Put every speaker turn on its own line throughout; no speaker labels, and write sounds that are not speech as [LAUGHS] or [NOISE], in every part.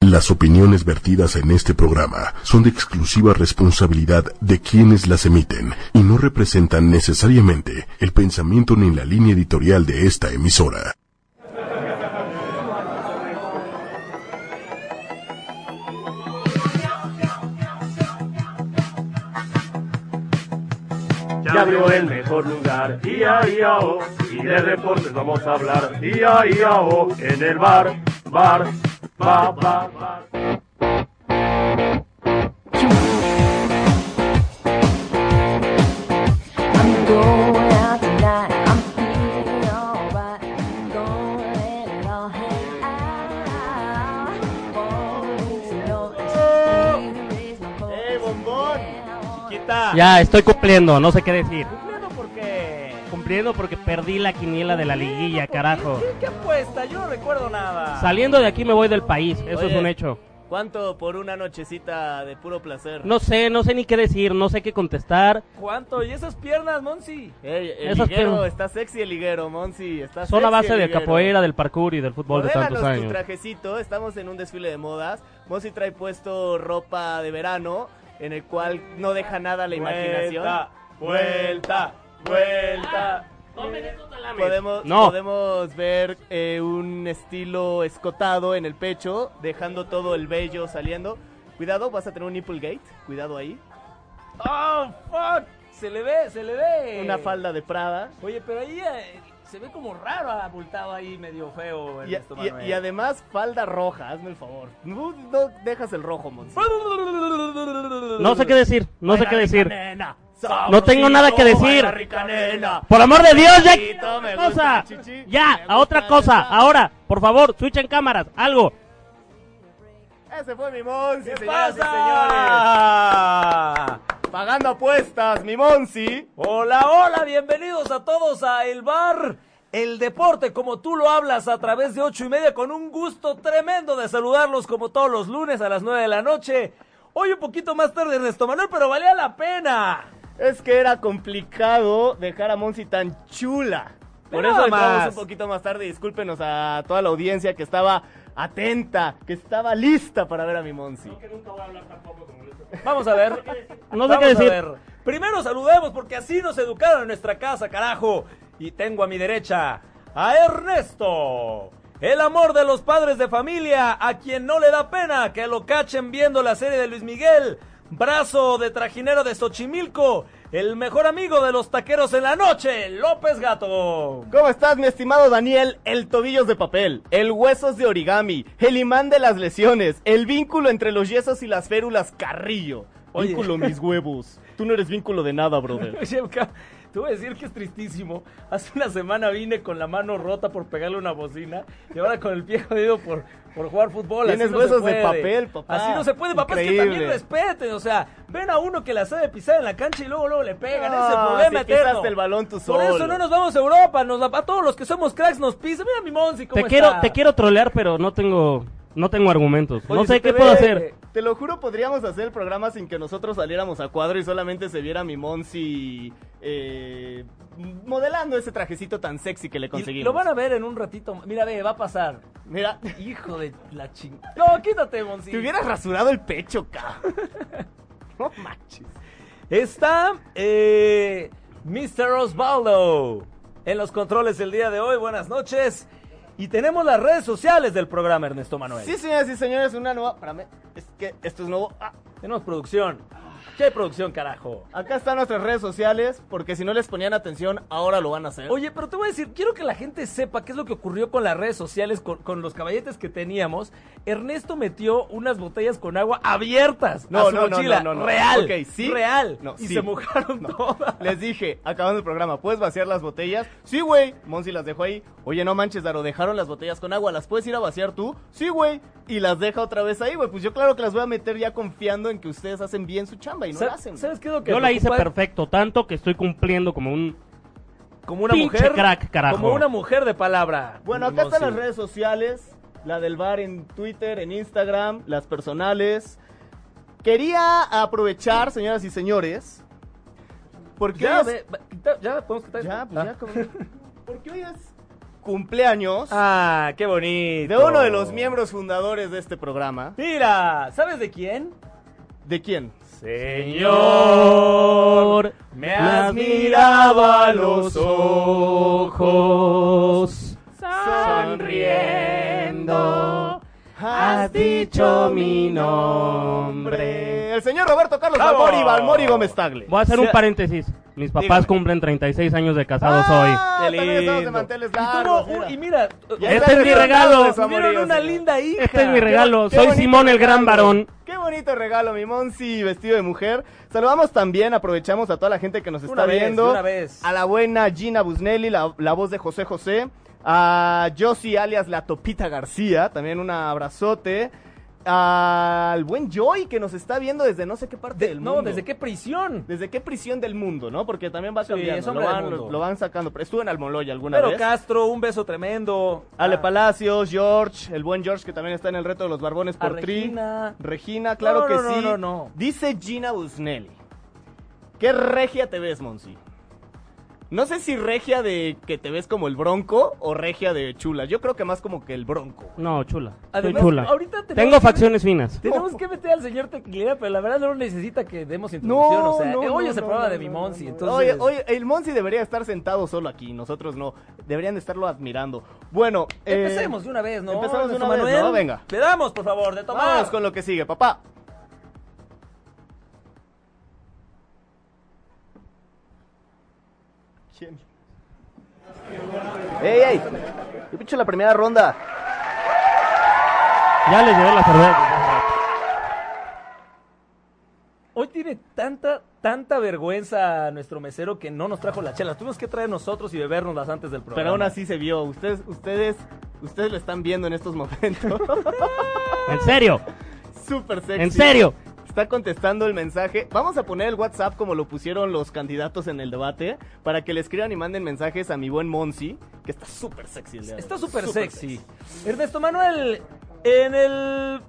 Las opiniones vertidas en este programa son de exclusiva responsabilidad de quienes las emiten y no representan necesariamente el pensamiento ni la línea editorial de esta emisora.
ya abrió el mejor lugar, ia ia o, y de deportes vamos a hablar, ia ia o, en el bar, bar, bar, bar, bar.
¡Eh, bombón! Chiquita.
Ya, estoy cumpliendo, no sé qué decir.
Cumpliendo porque.
Cumpliendo porque perdí la quiniela de la liguilla, carajo.
¿Qué, qué apuesta? Yo no recuerdo nada.
Saliendo de aquí me voy del país, eso es
Oye.
un hecho.
¿Cuánto por una nochecita de puro placer?
No sé, no sé ni qué decir, no sé qué contestar.
¿Cuánto? ¿Y esas piernas, Monsi? Ey, el
Esas
liguero,
piernas.
está sexy el liguero, Monsi. Está
Son
sexy
a base
el
de
liguero.
capoeira, del parkour y del fútbol de
Modélanos
tantos
tu
años.
trajecito, estamos en un desfile de modas. Monsi trae puesto ropa de verano, en el cual no deja nada a la imaginación.
vuelta,
Ah,
vuelta.
Podemos,
No.
podemos ver eh, un estilo escotado en el pecho, dejando todo el vello saliendo. Cuidado, vas a tener un nipple gate. Cuidado ahí.
¡Oh, fuck! Se le ve, se le ve.
Una falda de Prada.
Oye, pero ahí eh, se ve como raro abultado ahí, medio feo. eh.
Y,
Ernesto
y-
Manuel.
y además falda roja, hazme el favor. No, no dejas el rojo, Monsi.
No sé qué decir, no sé qué decir.
Sabrosito,
tengo nada que decir.
baila rica nena.
Por amor de Dios, ya.
Chiquito, me gusta
cosa.
el chichi.
Ya,
Me
a otra
gusta
cosa.
esa.
Ahora, por favor, switch en cámaras, algo.
Ese fue mi Monsi,
¿Qué
señoras y señores.
pasa?
Pagando apuestas, mi Monsi.
Hola, hola, bienvenidos a todos a El Bar, el deporte como tú lo hablas a través de ocho y media, con un gusto tremendo de saludarlos como todos los lunes a las nueve de la noche. Hoy un poquito más tarde, Ernesto Manuel, pero valía la pena.
Es que era complicado dejar a Monsi tan chula. Por
Ve
eso
nada
entramos
más.
un poquito más tarde. Discúlpenos a toda la audiencia que estaba atenta, que estaba lista para ver a mi Monsi.
Vamos a ver.
No sé qué
Vamos a
decir.
ver. Primero saludemos porque así nos educaron en nuestra casa, carajo. Y tengo a mi derecha a Ernesto. El amor de los padres de familia, a quien no le da pena que lo cachen viendo la serie de Luis Miguel. Brazo de trajinero de Xochimilco, el mejor amigo de los taqueros en la noche, López Gato.
¿Cómo estás, mi estimado Daniel? El tobillos de papel, el huesos de origami, el imán de las lesiones, el vínculo entre los yesos y las férulas, carrillo.
Oye.
Vínculo mis huevos. Tú no eres vínculo de nada,
[LAUGHS]
brother.
Oye, ca- te voy a decir que es tristísimo. Hace una semana vine con la mano rota por pegarle una bocina y ahora con el pie jodido por, por jugar fútbol. Así
Tienes
no se
huesos de
puede.
papel, papá.
Así no se puede, papá. Es que
Increíble.
también respeten. O sea, ven a uno que la sabe pisar en la cancha y luego luego le pegan.
No,
es el problema
Ah, si
eterno.
pisaste el balón tú
Por eso
solo.
no nos vamos a Europa. Nos la- a todos los que somos cracks nos pisa. Mira mi Monsi
Te
cómo
quiero,
está.
te quiero trolear, pero no tengo, no tengo argumentos.
Oye,
No
se
sé
te
qué puedo
ve.
hacer.
Te lo juro, podríamos hacer el programa sin que nosotros saliéramos a cuadro y solamente se viera mi Monsi eh, modelando ese trajecito tan sexy que le
Y
conseguimos.
lo van a ver en un ratito. Mira, ve, va a pasar.
Mira,
Hijo de la ching... No, quítate, Monsi.
te hubieras rasurado el pecho,
[LAUGHS]
cabrón. No manches.
Está eh, Mr. Osvaldo en los controles el día de hoy. Buenas noches. Y tenemos las redes sociales del programa, Ernesto Manuel.
Sí, señoras y señores, una nueva. Espérame, es que esto es nuevo. Ah,
Tenemos producción. ¿Qué producción, carajo?
acá están nuestras redes sociales, porque si no les ponían atención, ahora lo van a hacer.
Oye, pero te voy a decir, quiero que la gente sepa qué es lo que ocurrió con las redes sociales, con, con los caballetes que teníamos. Ernesto metió unas botellas con agua abiertas a
No,
su
no, no,
mochila.
no, no, no.
Real.
Ok, sí.
Real.
No,
y
sí.
se mojaron
No.
todas.
Les dije, acabando el programa, ¿puedes vaciar las botellas? Sí, güey. Monsi las dejó ahí. Oye, no manches, Daro, dejaron las botellas con agua. ¿Las puedes ir a vaciar tú? Sí, güey. Y las deja otra vez ahí, güey. Pues yo claro que las voy a meter ya confiando en que ustedes hacen bien su chamba y no la
Sa-
hacen. güey.
¿Sabes qué es lo que
Yo la
me
hice
preocupa?
perfecto, tanto que estoy cumpliendo como un
Como una
Pinche
mujer.
crack, carajo.
Como una mujer de palabra.
Bueno, acá están
Monsi.
las redes sociales, la del bar en Twitter, en Instagram, las personales. Quería aprovechar, señoras y señores, porque
Ya,
hoy es-
ve, va- quita- ya podemos quitar
ya,
esto.
pues
Ah.
ya, cabrón. porque hoy es cumpleaños
Ah, qué bonito.
de uno de los miembros fundadores de este programa.
Mira, ¿sabes de quién?
¿De quién?
Señor, me has mirado a los ojos, sonriendo, has dicho mi nombre.
El señor Roberto Carlos
¡Bravo!
Balmori, Balmori Gómez Tagle.
Voy a hacer un
Sí.
paréntesis. Mis papás
Dígame.
cumplen 36 años de casados
Ah,
Qué
también estamos de
lindo.
manteles
Y tuvo
largos,
un-
Ah, mira.
y mira, eh,
Ya
Este
está
es mi
bien
regalo.
dado de su
tuvieron
amorío,
una
señor.
linda hija.
hoy. Este es mi
Qué
regalo.
Qué
Soy
bonito
Simón el gran
regalo.
varón.
Qué bonito regalo, mi Monsi, vestido de mujer. Saludamos también, aprovechamos a toda la gente que nos está
Una vez,
viendo.
una vez.
A la buena Gina Busnelli, la, la voz de José José. A Josie alias La Topita García, también un abrazote. Al buen Joy que nos está viendo desde no sé qué parte
De-
del
no,
mundo.
¿desde qué prisión?
¿Desde qué prisión del mundo, no? Porque también va
Sí, es
cambiando,
hombre
lo
del
van,
mundo.
lo van sacando. Estuve en Almoloya alguna
Pero
vez.
Castro, un beso tremendo.
Ale
Ah,
Palacios, George, el buen George que también está en el reto de los barbones por
A
tri.
Regina.
Regina, claro
No,
que
no, no,
sí.
no, no.
Dice Gina Busnelli. ¿Qué regia te ves, Monsi? No sé si regia de que te ves como el bronco o regia de chula. Yo creo que más como que el bronco.
No, chula. Soy
Además,
chula.
ahorita tenemos
Tengo
que-
facciones finas.
Tenemos que meter al señor Tequilera, pero la verdad no necesita que demos introducción. o sea, eh, hoy es el programa de mi
no,
Monsi,
no, no.
entonces.
Oye, oye, el Monsi debería estar sentado solo aquí, nosotros no. Deberían de estarlo admirando. Bueno, eh,
Empecemos de una vez, ¿no?
empezamos de
Nuestro
una vez,
Manuel,
¿no? Venga.
Le damos, por favor, de tomar.
Vamos con lo que sigue, papá. ¿Quién? ¡Ey, ey! Yo pincho la primera ronda.
Ya les llevé la cerveza.
Hoy tiene tanta, tanta vergüenza nuestro mesero que no nos trajo las chelas. Tuvimos que traer nosotros y bebernoslas antes del programa.
Pero aún así se vio. Ustedes, ustedes, ustedes lo están viendo en estos momentos. [LAUGHS]
¿En serio?
Súper sexy.
¿En serio?
Está contestando el mensaje. Vamos a poner el WhatsApp como lo pusieron los candidatos en el debate para que le escriban y manden mensajes a mi buen Monsi, que está súper sexy. el día de
Está
hoy.
súper sexy. Ernesto Manuel, en el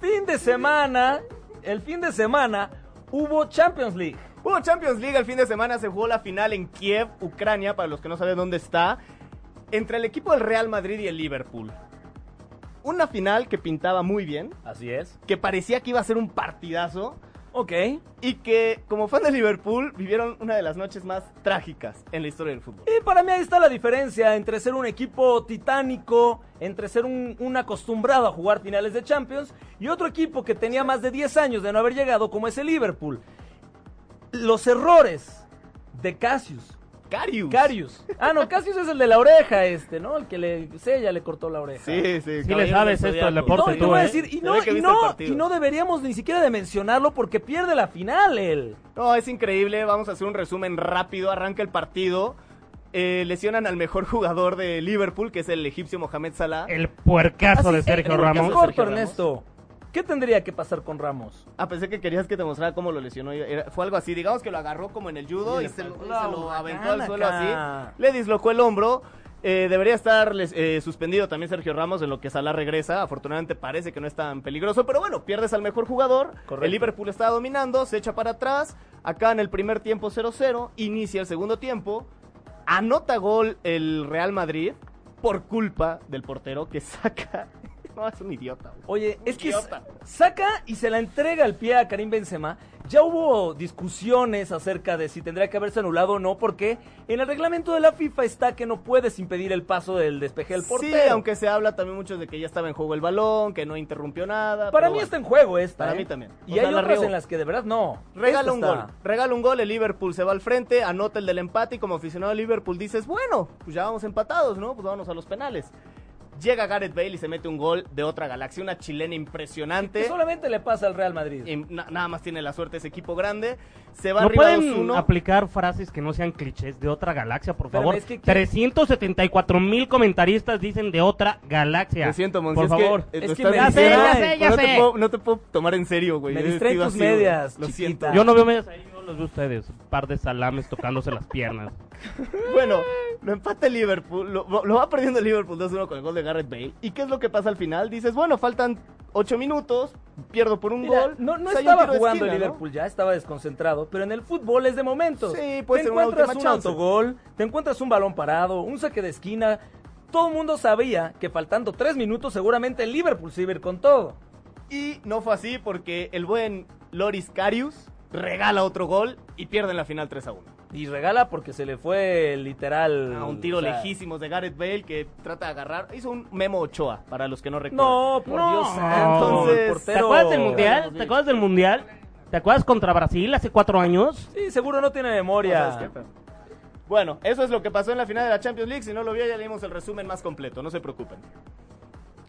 fin de semana, el fin de semana hubo Champions League.
Hubo Champions League el fin de semana, se jugó la final en Kiev, Ucrania, para los que no saben dónde está, entre el equipo del Real Madrid y el Liverpool. Una final que pintaba muy bien,
Así es.
que parecía que iba a ser un partidazo
Ok.
y que como fan de Liverpool vivieron una de las noches más trágicas en la historia del fútbol.
Y para mí ahí está la diferencia entre ser un equipo titánico, entre ser un, un acostumbrado a jugar finales de Champions y otro equipo que tenía más de 10 años de no haber llegado como es el Liverpool. Los errores de Cassius.
Carius.
Carius. Ah, no, Cassius es el de la oreja este, ¿no? El que le sella le cortó la oreja.
Sí, sí.
le sabes esto al deporte
No, y
tú,
te voy a
¿eh?
decir, y
Se
no,
ve que
y
viste
no-
el partido.
y no deberíamos ni siquiera de mencionarlo porque pierde la final él.
No, es increíble. Vamos a hacer un resumen rápido. Arranca el partido. Eh, lesionan al mejor jugador de Liverpool, que es el egipcio Mohamed Salah.
El puercazo
Así,
de Sergio
en un
Ramos.
corto,
Sergio Ramos.
Ernesto. ¿Qué tendría que pasar con Ramos?
Ah, pensé que querías que te mostrara cómo lo lesionó. Era- fue algo así, digamos que lo agarró como en el judo
Sí,
y,
le
se, lo,
faltó
y
la
se lo
huracán
aventó al suelo
acá.
así. Le dislocó el hombro. Eh, debería estar les- eh, suspendido también Sergio Ramos en lo que Salah regresa. Afortunadamente parece que no es tan peligroso, pero bueno, pierdes al mejor jugador.
Correcto.
El Liverpool está dominando, se echa para atrás. Acá en el primer tiempo 0-0, inicia el segundo tiempo. Anota gol el Real Madrid por culpa del portero que saca. [LAUGHS] no, es un idiota. güey.
Oye, es que
Idiota.
sa- saca y se la entrega al pie a Karim Benzema. Ya hubo discusiones acerca de si tendría que haberse anulado o no, porque en el reglamento de la FIFA está que no puedes impedir el paso del despeje del portero.
Sí, aunque se habla también mucho de que ya estaba en juego el balón, que no interrumpió nada.
para
pero
mí
bueno.
está en juego esta.
Para
¿eh?
mí también. O
Y
sea,
hay
la
otras
riego.
en las que de verdad no.
Regala
Esta
un
está-
gol, regala un gol, el Liverpool se va al frente, anota el del empate y como aficionado al Liverpool dices, bueno, pues ya vamos empatados, ¿no? Pues vámonos a los penales. Llega Gareth Bale y se mete un gol de otra galaxia, una chilena
Que
impresionante.
solamente le pasa al Real Madrid.
Y na- nada más tiene la suerte ese equipo grande. Se va
¿No
arriba
pueden
2-1.
aplicar frases que no sean clichés de otra galaxia, por
Espérame,
favor?
es que-
374 mil comentaristas dicen de otra galaxia.
Lo siento, Monsi,
Por
es que-
favor.
eh,
Es
lo
que
estás
me
diciendo,
distraen,
ya sé, ya
pero no
sé.
Te puedo, no te puedo tomar en serio, güey.
Me
Yo he
distraen
sido
tus
güey.
medias,
Lo siento.
chiquita.
Yo no veo medias ahí, yo los veo a ustedes. Un par de salames tocándose las
[LAUGHS]
piernas.
Bueno, lo empata el Liverpool, lo, lo va perdiendo el Liverpool 2-1 con el gol de Gareth Bale. ¿Y qué es lo que pasa al final? Dices, bueno, faltan 8 minutos, pierdo por un
Mira,
gol.
no, no
pues hay un
estaba
tiro de
jugando
esquina,
el
¿no?
Liverpool ya, estaba desconcentrado, pero en el fútbol es de momentos.
Sí, puede
te
ser una
encuentras
última
un
chance.
autogol, te encuentras un balón parado, un saque de esquina, Todo el mundo sabía que faltando tres minutos seguramente el Liverpool se iba a ir con todo.
Y no fue así porque el buen Loris Karius regala otro gol y pierden la final 3 a 1.
Y regala porque se le fue literal.
A un tiro
Mm, o sea,
lejísimos de Gareth Bale que trata de agarrar. Hizo un Memo Ochoa, para los que no recuerdan.
No, por
No.
Dios santo.
Entonces,
el
¿Te
portero-
acuerdas del mundial? ¿Te acuerdas del mundial? ¿Te acuerdas contra Brasil hace cuatro años?
Sí, seguro no tiene
Cosas que
memoria.
pasan. Bueno, eso es lo que pasó en la final de la Champions League. Si no lo vio, ya leímos el resumen más completo. No se preocupen.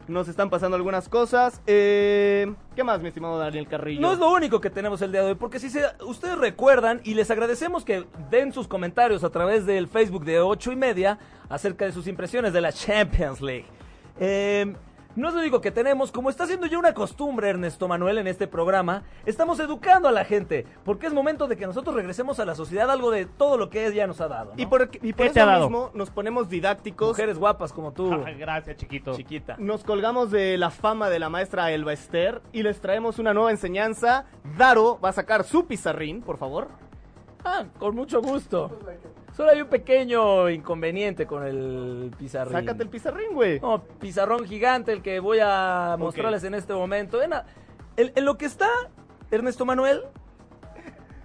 Nos están pasando algunas cosas. Eh, ¿Qué más, mi estimado Daniel Carrillo?
No es lo único que tenemos el día de hoy, porque si se, ustedes recuerdan y les agradecemos que den sus comentarios a través del Facebook de 8 y media acerca de sus impresiones de la Champions League. Eh, no es lo único que tenemos, como está siendo ya una costumbre Ernesto Manuel en este programa, estamos educando a la gente, porque es momento de que nosotros regresemos a la sociedad algo de todo lo que ella nos ha dado. ¿no?
Y por, y por
¿Qué te ha
eso
dado?
mismo nos ponemos didácticos.
mujeres guapas como tú,
Gracias, chiquito.
chiquita.
Nos colgamos de la fama de la maestra Elba Ester y les traemos una nueva enseñanza. Daro va a sacar su pizarrín, por favor.
Ah, con mucho gusto. Solo hay un pequeño inconveniente con el pizarrín.
Sácate el pizarrín, güey.
No, pizarrón gigante el que voy a mostrarles en este momento. Ven a- en, en lo que está Ernesto Manuel,
Ah,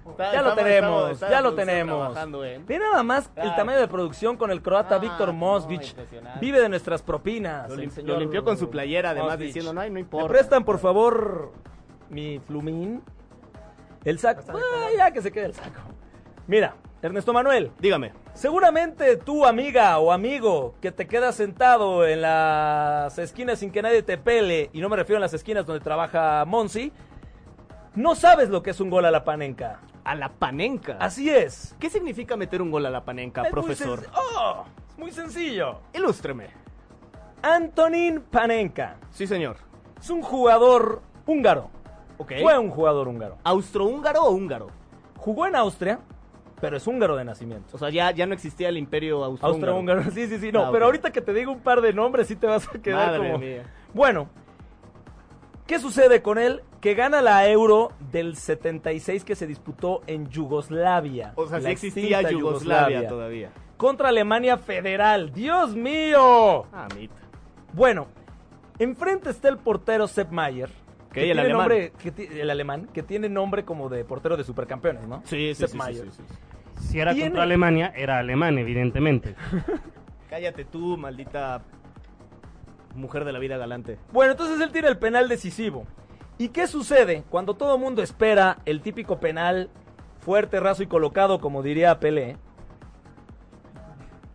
Está-
ya lo
estamos-
tenemos,
estamos- está
ya
la
lo
producción
tenemos.
trabajando, eh.
ve nada más el
Claro.
tamaño de producción con el croata
Ah,
Víctor
no,
Mosvich.
impresionante.
Vive de nuestras propinas.
Lo,
el
lim- lo
señor
limpió con su playera, además
Mosvich.
diciendo, no, ay, no
¿Me
importa.
prestan, por favor, mi plumín? El saco. Ah, ya que se quede el saco. Mira, Ernesto Manuel,
Dígame.
Seguramente tú, amiga o amigo, que te quedas sentado en las esquinas sin que nadie te pele, y no me refiero a las esquinas donde trabaja Monsi, no sabes lo que es un gol a la panenca.
A la panenca.
Así es.
¿Qué significa meter un gol a la panenca,
Es muy
profesor?
senc- ¡Oh! Pues, Es muy sencillo.
Ilústreme.
Antonin Panenka
Sí, señor.
es un jugador húngaro.
Ok.
Fue un jugador húngaro.
¿Austrohúngaro o húngaro?
Jugó en Austria, pero es húngaro de nacimiento.
O sea, ya, ya no existía el imperio austrohúngaro.
Austrohúngaro, sí, sí, sí, no.
Ah, ok.
Pero ahorita que te digo un par de nombres, sí te vas a quedar
Madre
como.
mía.
Bueno, ¿qué sucede con él? Que gana la Euro del 76 que se disputó en Yugoslavia.
O sea,
La
sí existía
extinta
Yugoslavia, todavía.
Contra Alemania Federal. ¡Dios mío!
Ah, mit.
Bueno, enfrente está el portero Sepp Mayer.
Ok, el alemán.
nombre- que ti- el alemán, que tiene nombre como de portero de supercampeones, ¿no?
Sí, sí,
Sepp
sí,
Mayer.
sí, sí, sí.
Si era
Tiene-
contra Alemania, era alemán, evidentemente.
[LAUGHS]
Cállate tú, maldita mujer de la vida galante.
Bueno, entonces él tira el penal decisivo. ¿Y qué sucede cuando todo el mundo espera el típico penal fuerte, raso y colocado, como diría Pelé?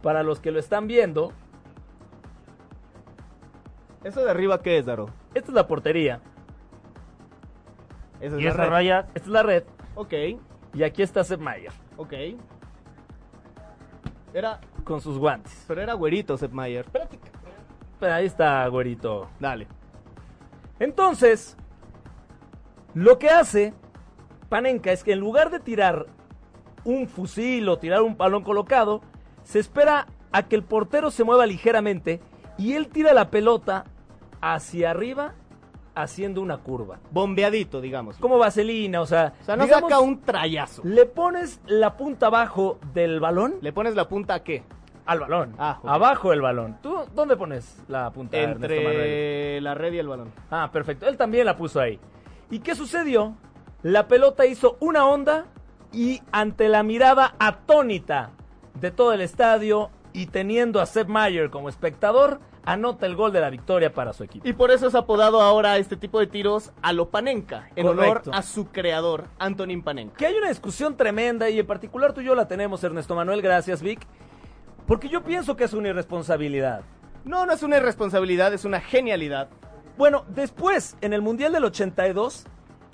Para los que lo están viendo,
¿Eso de arriba qué es, Daro?
esta es la portería,
Esa
Y
la
esa
red.
raya,
esta es la red,
Ok,
y aquí está Sepp Mayer
ok. Era,
con sus guantes.
pero era güerito, Sepp Mayer.
Pero ahí está, güerito.
Dale.
Entonces, lo que hace Panenka es que en lugar de tirar un fusil o tirar un balón colocado, se espera a que el portero se mueva ligeramente y él tira la pelota hacia arriba haciendo una curva.
Bombeadito, digamos.
Como vaselina, o sea,
O sea, no
digamos,
saca un trayazo.
le pones la punta abajo del balón
¿Le pones la punta a qué?
al balón,
Ah, ok.
abajo del balón. ¿Tú dónde pones la punta? Ernesto Manuel?
Entre la red y el balón.
Ah, perfecto. Él también la puso ahí. ¿Y qué sucedió? La pelota hizo una onda y ante la mirada atónita de todo el estadio y teniendo a Sepp Mayer como espectador, anota el gol de la victoria para su equipo.
Y por eso es apodado ahora este tipo de tiros a lo Panenka, en
Correcto.
honor a su creador, Antonín Panenka.
Que hay una discusión tremenda y en particular tú y yo la tenemos, Ernesto Manuel. Gracias, Vic. Porque yo pienso que es una irresponsabilidad.
No, no es una irresponsabilidad, es una genialidad.
Bueno, después, en el Mundial del 82,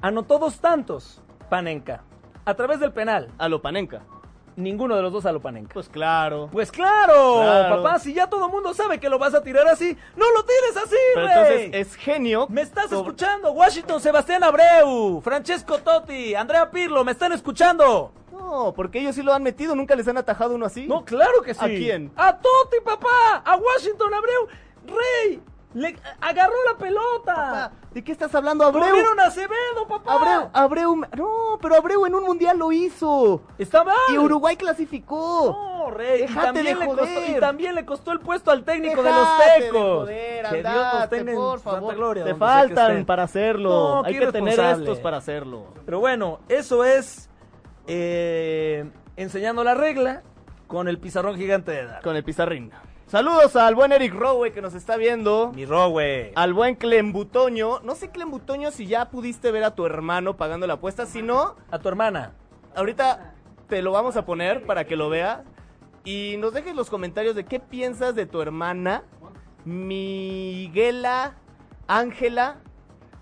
anotó dos tantos, Panenka, a través del penal.
A lo Panenka.
Ninguno de los dos a lo Panenka.
Pues claro.
Pues claro,
Claro.
papá, si ya todo el mundo sabe que lo vas a tirar así, no lo tires así,
Pero
güey.
entonces es genio.
Me estás
sobre-
escuchando, Washington, Sebastián Abreu, Francesco Totti, Andrea Pirlo, me están escuchando.
No, porque ellos sí lo han metido, nunca les han atajado uno así.
No, claro que sí.
¿A quién?
A Totti, papá, a Washington Abreu, Rey, le agarró la
Papá,
pelota.
Ah, ¿De qué estás hablando, Abreu?
Tuvieron a Acevedo, papá.
Abreu, Abreu. No, pero Abreu en un mundial lo hizo.
Está mal.
Y Uruguay clasificó.
No, No, Rey. Y
Déjate
también,
de
le costó,
joder.
y también le costó el puesto al técnico
Déjate
de los
de
Tecos.
joder,
que Dios nos
andate,
tenga en
por
Santa
favor.
Gloria,
Te
donde sea que
faltan
esté.
para hacerlo.
No,
Hay
qué
que tener
irresponsable.
estos para hacerlo.
Pero bueno, eso es eh, enseñando la regla con el pizarrón gigante de Dar.
Con el pizarrín. Saludos al buen Eric Rowe que nos está viendo.
Mi Rowe.
Al buen Clembutoño. No sé, Clembutoño, si ya pudiste ver a tu hermano pagando la apuesta. Si no,
A tu hermana.
ahorita te lo vamos a poner para que lo veas. Y nos dejes los comentarios de qué piensas de tu hermana, Miguela, Ángela.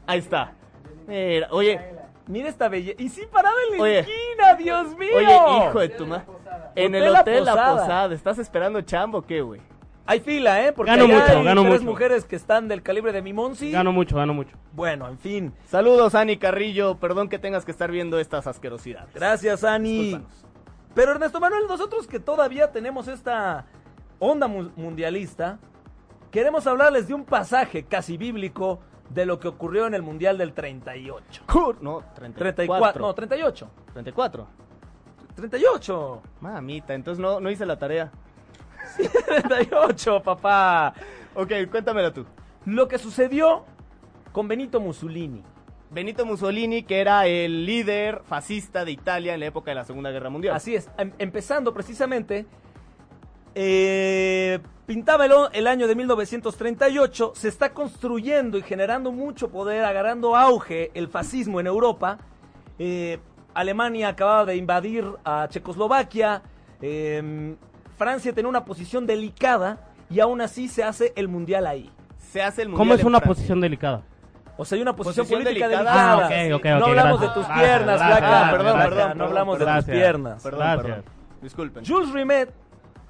Ahí está. Mira, oye,
Mira esta belleza. Y sí, parada en la
Oye.
esquina, Dios mío.
oye, hijo de tu madre. En el
Hotel La
hotel La
Posada.
Posada. ¿Estás esperando chambo o qué, güey?
Hay fila, ¿eh? Porque
Gano
allá
mucho,
hay
gano
tres
mucho.
mujeres que están del calibre de mi Monsi.
Gano mucho, gano mucho.
Bueno, en fin.
Saludos, Ani Carrillo. Perdón que tengas que estar viendo estas asquerosidades.
Gracias, Ani.
Discúlpanos.
Pero Ernesto Manuel, nosotros que todavía tenemos esta onda mu- mundialista, queremos hablarles de un pasaje casi bíblico de lo que ocurrió en el Mundial del 38.
Cur- No,
34,
34.
no, 38.
34.
[LAUGHS] 38.
Mamita, entonces no, no hice la tarea.
38, papá.
Ok, cuéntamela tú.
Lo que sucedió con Benito Mussolini.
Benito Mussolini, que era el líder fascista de Italia en la época de la Segunda Guerra Mundial.
Así es, em- empezando precisamente, eh, pintaba el, o- el año de 1938, se está construyendo y generando mucho poder, agarrando auge el fascismo en Europa. Eh, Alemania acababa de invadir a Checoslovaquia, em, Francia tenía una posición delicada y aún así se hace el mundial ahí.
Se hace el mundial
¿Cómo es
en
una
Francia.
posición delicada?
O sea, hay una posición,
Posición
política
delicada.
delicada.
ok,
Ah,
ok,
no
ok,
hablamos de
gracias.
tus
Gracias,
piernas,
gracias,
Blanca.
gracias,
Perdón,
gracias,
perdón, no hablamos de
gracias.
tus piernas.
Perdón,
Gracias.
perdón. Disculpen.
Jules Rimet,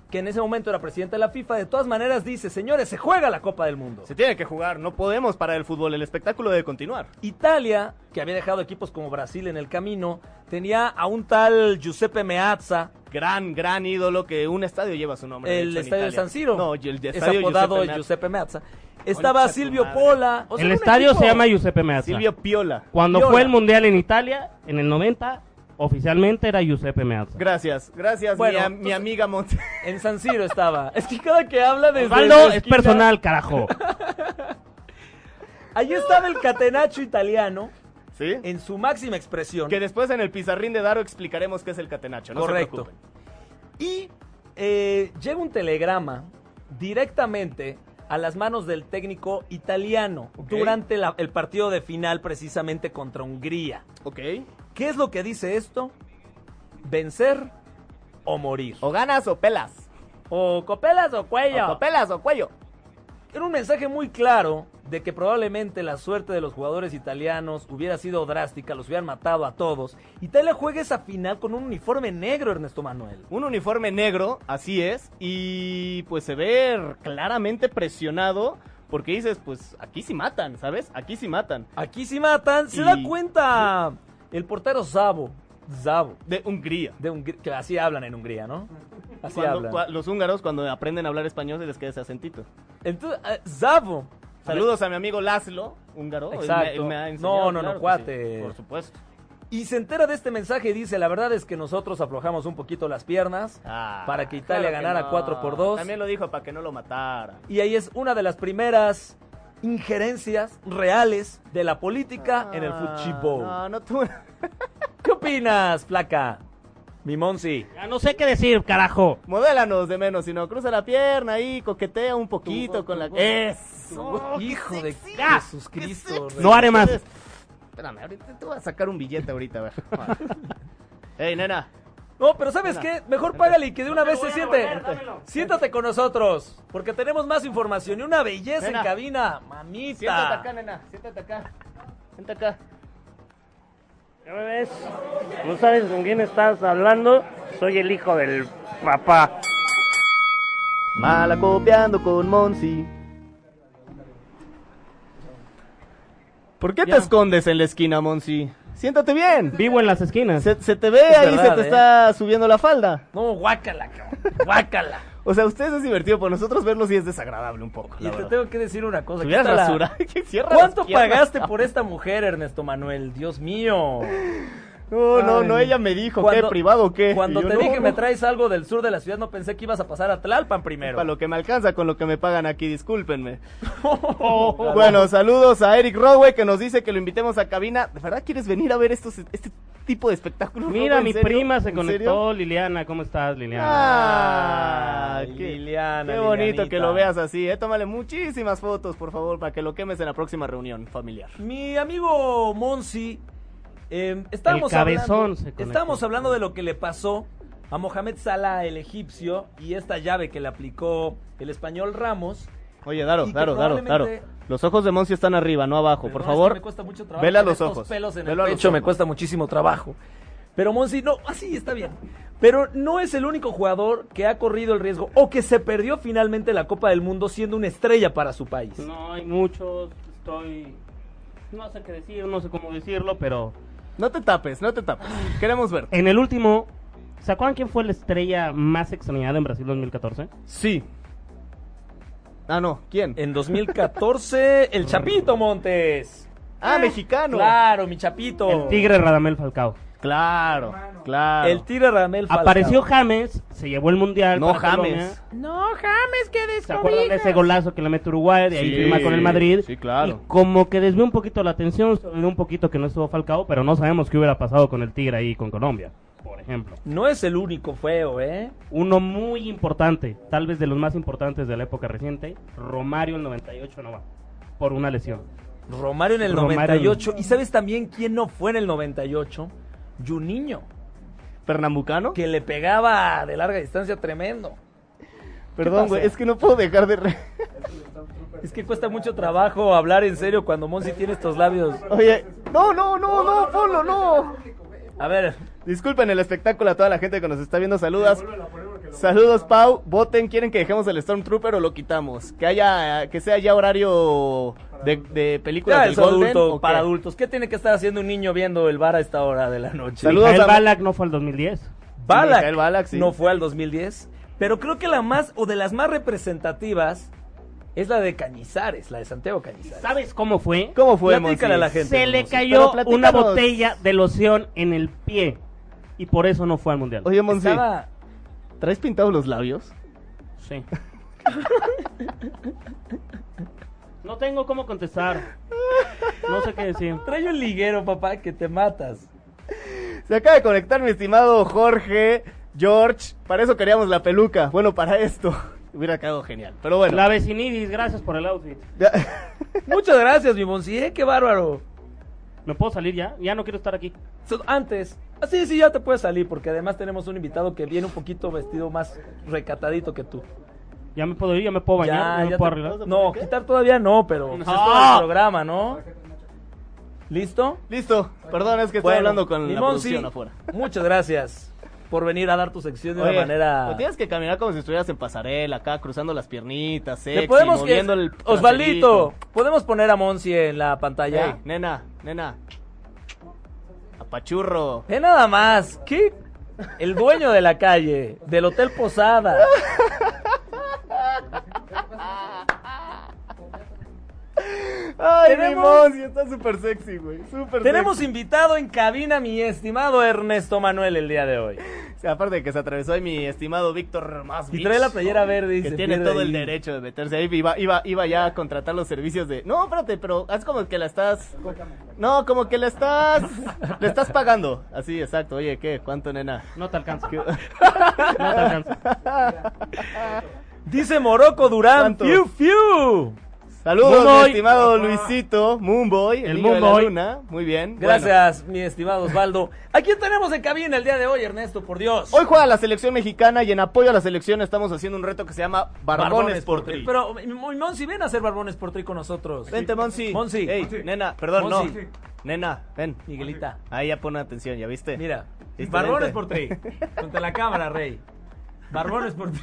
que en ese momento era presidente de la FIFA, de todas maneras dice, señores, se juega la Copa del Mundo.
Se tiene que jugar, no podemos parar el fútbol, el espectáculo debe continuar.
Italia, que había dejado equipos como Brasil en el camino, tenía a un tal Giuseppe Meazza,
Gran, gran ídolo que un estadio lleva su nombre. de
el
hecho, en
estadio de
Italia.
San Ciro,
No, y el de
es
estadio
apodado
Giuseppe Meazza.
Giuseppe Meazza. Estaba
Concha tu
Silvio
madre.
Pola. o sea,
el
era un
estadio
equipo-
se llama Giuseppe Meazza.
Silvio Piola.
Cuando
Viola.
fue el mundial en Italia, en el 90, oficialmente era Giuseppe Meazza.
Gracias, gracias,
Bueno,
mi, a-
entonces-
mi
[LAUGHS]
amiga Monte.
En San Siro estaba. Es que cada que habla de...
Osvaldo es personal,
[LAUGHS]
carajo.
Allí estaba el catenacho italiano
¿Sí?
en su máxima expresión.
Eh, Que después en el pizarrín de Daro explicaremos qué es el catenacho. No
Correcto.
Se preocupen.
Y eh, llega un telegrama directamente a las manos del técnico italiano
Ok.
durante la- el partido de final precisamente contra Hungría.
ok.
¿Qué es lo que dice esto? Vencer o morir.
O ganas o pelas.
O copelas o cuello.
O pelas o cuello.
Era un mensaje muy claro de que probablemente la suerte de los jugadores italianos hubiera sido drástica, los hubieran matado a todos. Italia juega esa final con un uniforme negro, Ernesto Manuel.
Un uniforme negro, así es, y pues se ve claramente presionado porque dices, pues aquí sí matan, ¿sabes? Aquí sí matan.
Aquí sí matan. Se
Y-
da cuenta el portero Zabo. Zabo.
De Hungría.
De Hungría, que así hablan en Hungría, ¿no? Así
Cuando-
hablan.
cua- los húngaros cuando aprenden a hablar español se les queda ese acentito.
Entonces, eh, Zabo.
Saludos a mi amigo Laszlo, húngaro. él me-
Exacto.
él me ha enseñado,
No, no, no,
que
cuate.
sí, por supuesto.
Y se entera de este mensaje y dice, la verdad es que nosotros aflojamos un poquito las piernas
Ah.
para que Italia
claro
ganara
no.
4 por 2.
También lo dijo para que no lo matara.
Y ahí es una de las primeras injerencias reales de la política en el fútbol.
Ah, No, no tú. [LAUGHS]
¿Qué opinas, placa? Mi Monsi.
Ya no sé qué decir, carajo.
Modélanos de menos, sino cruza la pierna ahí, coquetea un poquito con la. ¡Eso!
Hijo de
¡Ah!
Jesús Cristo.
No haré más.
Espérame, ahorita te voy a sacar un billete ahorita, a ver. Vale. [LAUGHS] Ey, nena.
No, pero ¿sabes
Espera.
qué? Mejor págale y que de una vez
voy
se
a
siente.
devolver, dámelo.
Siéntate con nosotros, porque tenemos más información y una belleza
Nena.
en cabina, mamita.
Siéntate acá, nena. Siéntate acá. Ah. Siéntate acá.
¿Ya me ves? No sabes con quién estás hablando. Soy el hijo del papá.
Malacopiando con Monsi. ¿Por qué
Ya.
te escondes en la esquina, Monsi? Siéntate bien.
Vivo en las esquinas.
Se, se te ve ahí,
verdad,
se te
¿eh?
está subiendo la falda.
No, guácala, cabrón. Guácala.
O sea, ustedes es divertido, por nosotros verlo sí es desagradable un poco.
y
[LAUGHS] la
te
verdad.
tengo que decir una cosa.
Si hubieras
quítala.
[LAUGHS] rasurado, que cierra las
¿Cuánto
piernas,
pagaste
cabrón.
por esta mujer, Ernesto Manuel? Dios mío.
No, no,
Ay,
no,
no.
ella me dijo, ¿qué?
Cuando-
¿Privado o qué?
Cuando
Y yo,
te
no,
dije me
no,
traes algo del sur de la ciudad, no pensé que ibas a pasar a Tlalpan primero.
Para lo que me alcanza con lo que me pagan
[LAUGHS]
aquí, discúlpenme. [LAUGHS] bueno, saludos a Eric Rodway que nos dice que lo invitemos a cabina. ¿De verdad quieres venir a ver estos, este tipo de espectáculos?
Mira,
Rodway? ¿En
mi
serio?
prima se
¿En serio?
conectó, Liliana. ¿Cómo estás, Liliana?
Ah,
Ay,
qué,
Liliana,
qué bonito que
Lilianita.
lo veas así, eh. Tómale muchísimas fotos, por favor, para que lo quemes en la próxima reunión familiar.
Mi amigo Monsi, eh, estábamos,
El cabezón
hablando,
se conectó.
estábamos hablando de lo que le pasó a Mohamed Salah, el egipcio, y esta llave que le aplicó el español Ramos.
Oye, Daro,
Y que
Daro, Daro, Daro.
probablemente-
Los ojos de Monsi están arriba, no abajo, por
Perdón, es que
favor.
me cuesta mucho trabajo
vele a
con
los
estos
ojos,
pelos en
velo a
el
los
pecho me
ojos.
cuesta muchísimo trabajo. Pero Monsi, no, así está bien. Pero no es el único jugador que ha corrido el riesgo o que se perdió finalmente la Copa del Mundo siendo una estrella para su país.
No, hay muchos. Estoy. No sé qué decir, no sé cómo decirlo, pero.
No te tapes, no te tapes. Queremos ver.
En el último. ¿Se acuerdan quién fue la estrella más extrañada en Brasil 2014?
Sí. Ah, no, ¿quién?
En 2014, el Chapito Montes.
Ah, mexicano.
Claro, mi Chapito.
El Tigre Radamel Falcao.
Claro, claro.
El Tigre Radamel Falcao.
Apareció James, se llevó el mundial.
No
para Colombia.
James.
No, James, que
¿Se acuerdan de ese golazo que le mete Uruguay? De ahí firma con el Madrid.
sí, claro.
Y como que desvió un poquito la atención, se olvidó un poquito que no estuvo Falcao, pero no sabemos qué hubiera pasado con el Tigre ahí con Colombia, por ejemplo.
No es el único feo, ¿eh?
Uno muy importante, tal vez de los más importantes de la época reciente, Romario el 98 no va, por una lesión.
Romario en el
Romario.
98. ¿Y sabes también quién no fue en el 98? Juninho,
¿Pernambucano?
que le pegaba de larga distancia tremendo.
Perdón,
pasa?
güey, es que no puedo dejar de [LAUGHS] re...
Es que cuesta mucho trabajo hablar en serio cuando Monsi tiene estos labios.
Oye, no, no, no, no, Polo, no.
A ver,
Disculpen el espectáculo a toda la gente que nos está viendo, saludas. Saludos, Pau. Voten, ¿quieren que dejemos el Stormtrooper o lo quitamos? Que haya eh, que sea ya horario de, de películas
ya
del
es
Golden, ¿o
adulto,
qué?
para adultos. ¿Qué tiene que estar haciendo un niño viendo el bar a esta hora de la noche?
Saludos
Mijael
a-
Ballack no fue al 2010.
Balak,
Mijael Balak, sí.
no fue al 2010, pero creo que la más o de las más representativas es la de Cañizares, la de Santiago Cañizares.
¿Sabes cómo fue?
¿Cómo fue,
Platícale a la
Monsi?
gente.
Se le
Monsi.
cayó
Pero
una
platícanos.
botella de loción en el pie y por eso no fue al mundial.
Oye, Monsi,
Estaba-
¿traes pintados los labios?
Sí. No tengo cómo contestar. No sé qué decir.
trae un liguero, papá, que te matas.
Se acaba de conectar mi estimado Jorge, George. Para eso queríamos la peluca. Bueno, para esto. [LAUGHS] Hubiera quedado genial. Pero bueno.
La vecinidis, gracias por el outfit.
Ya- [LAUGHS]
Muchas gracias, mi Monsi, ¿eh? qué bárbaro.
¿Me puedo salir ya? Ya no quiero estar aquí.
So- Antes, así sí ya te puedes salir porque además tenemos un invitado que viene un poquito vestido más recatadito que tú.
Ya me puedo ir, ya me puedo bañar,
Ya,
ya, me
ya
puedo
te-
arreglar.
No, quitar todavía no, pero pues, es todo el programa, ¿no? ¿Listo?
Listo. Perdón, es que estoy
Bueno,
hablando con la
Limón,
producción
sí.
afuera.
[LAUGHS] Muchas gracias por venir a dar tu sección de
Oye,
una manera.
pues tienes que caminar como si estuvieras en pasarela, acá cruzando las piernitas, sexy,
Le podemos que-
moviendo el
Osvaldito,
traserito.
podemos poner a Monsi en la pantalla.
Ey, nena, nena. Apachurro.
Ve nada más, ¿qué? El dueño de la calle, del Hotel
[LAUGHS]
Posada.
Ay,
Tenemos-
Limón, sí, [LAUGHS] está súper sexy, güey. Súper
Tenemos
sexy.
invitado en cabina mi estimado Ernesto Manuel el día de hoy.
O sea, aparte de que se atravesó ahí mi estimado Víctor más
Y trae la playera verde y
Que
se
tiene
pierde
todo el
ahí.
derecho de meterse ahí. Iba, iba, iba ya a contratar los servicios de. No, espérate, pero haz como que la estás. No, como que
[LAUGHS]
la estás. Le estás pagando. Así, exacto. Oye, ¿qué? ¿Cuánto, nena?
No te alcanza.
¿Qué-
No te alcanza.
Dice Morocco Durán.
¿Cuánto?
Fiu, fiu.
Saludos,
Moonboy.
mi estimado Luisito, Moonboy, el,
El
niño de la
Moonboy.
luna. Muy bien.
Gracias, mi estimado Osvaldo. ¿A quién tenemos en cabina el día de hoy, Ernesto? Por Dios.
Bueno, hoy juega la selección mexicana y en apoyo a la selección estamos haciendo un reto que se llama Barbones, por Tri.
Pero, Mon- Monsi, ven a hacer Barbones por Tri con nosotros.
Vente, Monsi.
Monsi.
Ey, nena, perdón,
Monsi.
no. Nena, ven.
Miguelita.
Ahí ya pone atención, ¿ya viste?
Mira.
Excelente.
Barbones por Tri. Contra la cámara, rey. Barbones por
[LAUGHS]
Tri.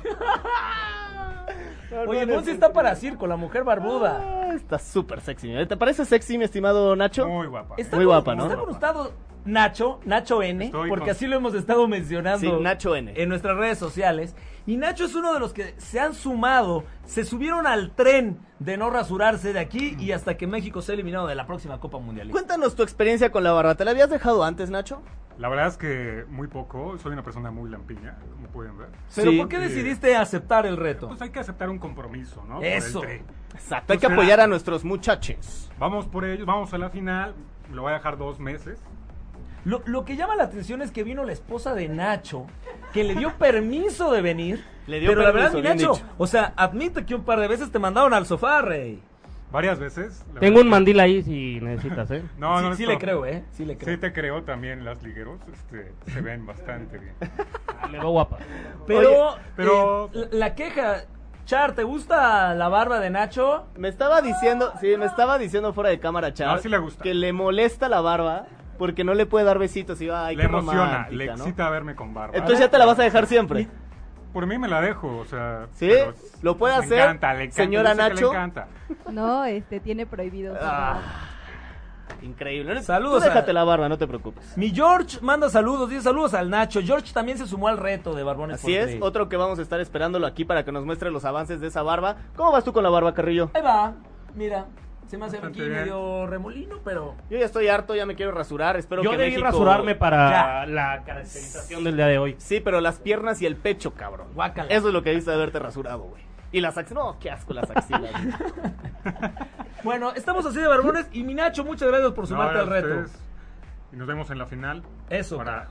Oye, Monsi está para circo, la mujer barbuda.
Ah, Está súper sexy. mira. ¿Te parece sexy, mi estimado Nacho?
Muy guapa.
Está
Muy
con-
guapa, ¿no?
Está con usted Nacho, Nacho N,
Estoy
porque
con-
así lo hemos estado mencionando
Sí, Nacho N.
en nuestras redes sociales. Y Nacho es uno de los que se han sumado, se subieron al tren de no rasurarse de aquí y hasta que México sea eliminado de la próxima Copa Mundial.
Cuéntanos tu experiencia con la barra. ¿Te la habías dejado antes, Nacho?
La verdad es que muy poco. Soy una persona muy lampiña, como pueden ver.
Pero
Sí.
¿por qué decidiste aceptar el reto?
Pues hay que aceptar un compromiso, ¿no? Por el
Eso.
tri.
Exacto, hay que
O sea,
apoyar a nuestros muchachos.
Vamos por ellos, vamos a la final. Lo voy a dejar dos meses.
Lo, lo que llama la atención es que vino la esposa de Nacho, que le dio permiso de venir.
Le dio
pero la
permiso,
verdad, mi
bien
Nacho,
dicho.
o sea, admite que un par de veces te mandaron al sofá, rey.
Varias veces. la
Tengo un
verdad-
mandil ahí si necesitas, ¿eh?
No,
sí,
no,
sí
esto-
le creo, ¿eh? Sí le creo.
Sí te creo también, las ligueros este, se ven bastante bien.
Me veo guapa.
Pero,
Oye,
pero-
eh, la, la queja, Char, ¿te gusta la barba de Nacho?
Me estaba diciendo, sí, me estaba diciendo fuera de cámara, chaval,
No, sí le gusta.
que le molesta la barba porque no le puede dar besitos y va, [LAUGHS] ay,
le
qué
emociona,
romántica,
le
¿no?
excita verme con barba.
Entonces ya te la vas a dejar siempre.
Por mí me la dejo, o sea.
¿Sí?
pero-
¿Lo puede
le
hacer,
encanta, le encanta,
señora
yo sé que
Nacho?
Le encanta.
No, este tiene prohibido.
Ah, increíble. ¿no?
Saludos
Tú
a-
déjate la barba, no te preocupes.
Mi George manda saludos, dice saludos al Nacho. George también se sumó al reto de Barbones.
Así
por
es,
Tri.
otro que vamos a estar esperándolo aquí para que nos muestre los avances de esa barba. ¿Cómo vas tú con la barba, Carrillo?
Ahí va, mira, se me hace
Bastante
aquí
bien.
medio remolino, pero...
Yo ya estoy harto, ya me quiero rasurar, espero
Yo
que
debí
México-
rasurarme para la caracterización del día de hoy.
Sí, pero las piernas y el pecho, cabrón.
Guácala.
Eso es lo que debiste de haberte rasurado, güey. Y las axilas, no, qué asco las axilas. güey.
[LAUGHS] Bueno, estamos así de Barbones y mi Nacho, muchas gracias por sumarte
No,
al Pues reto.
ustedes- Y nos vemos en la final.
Eso.
Para,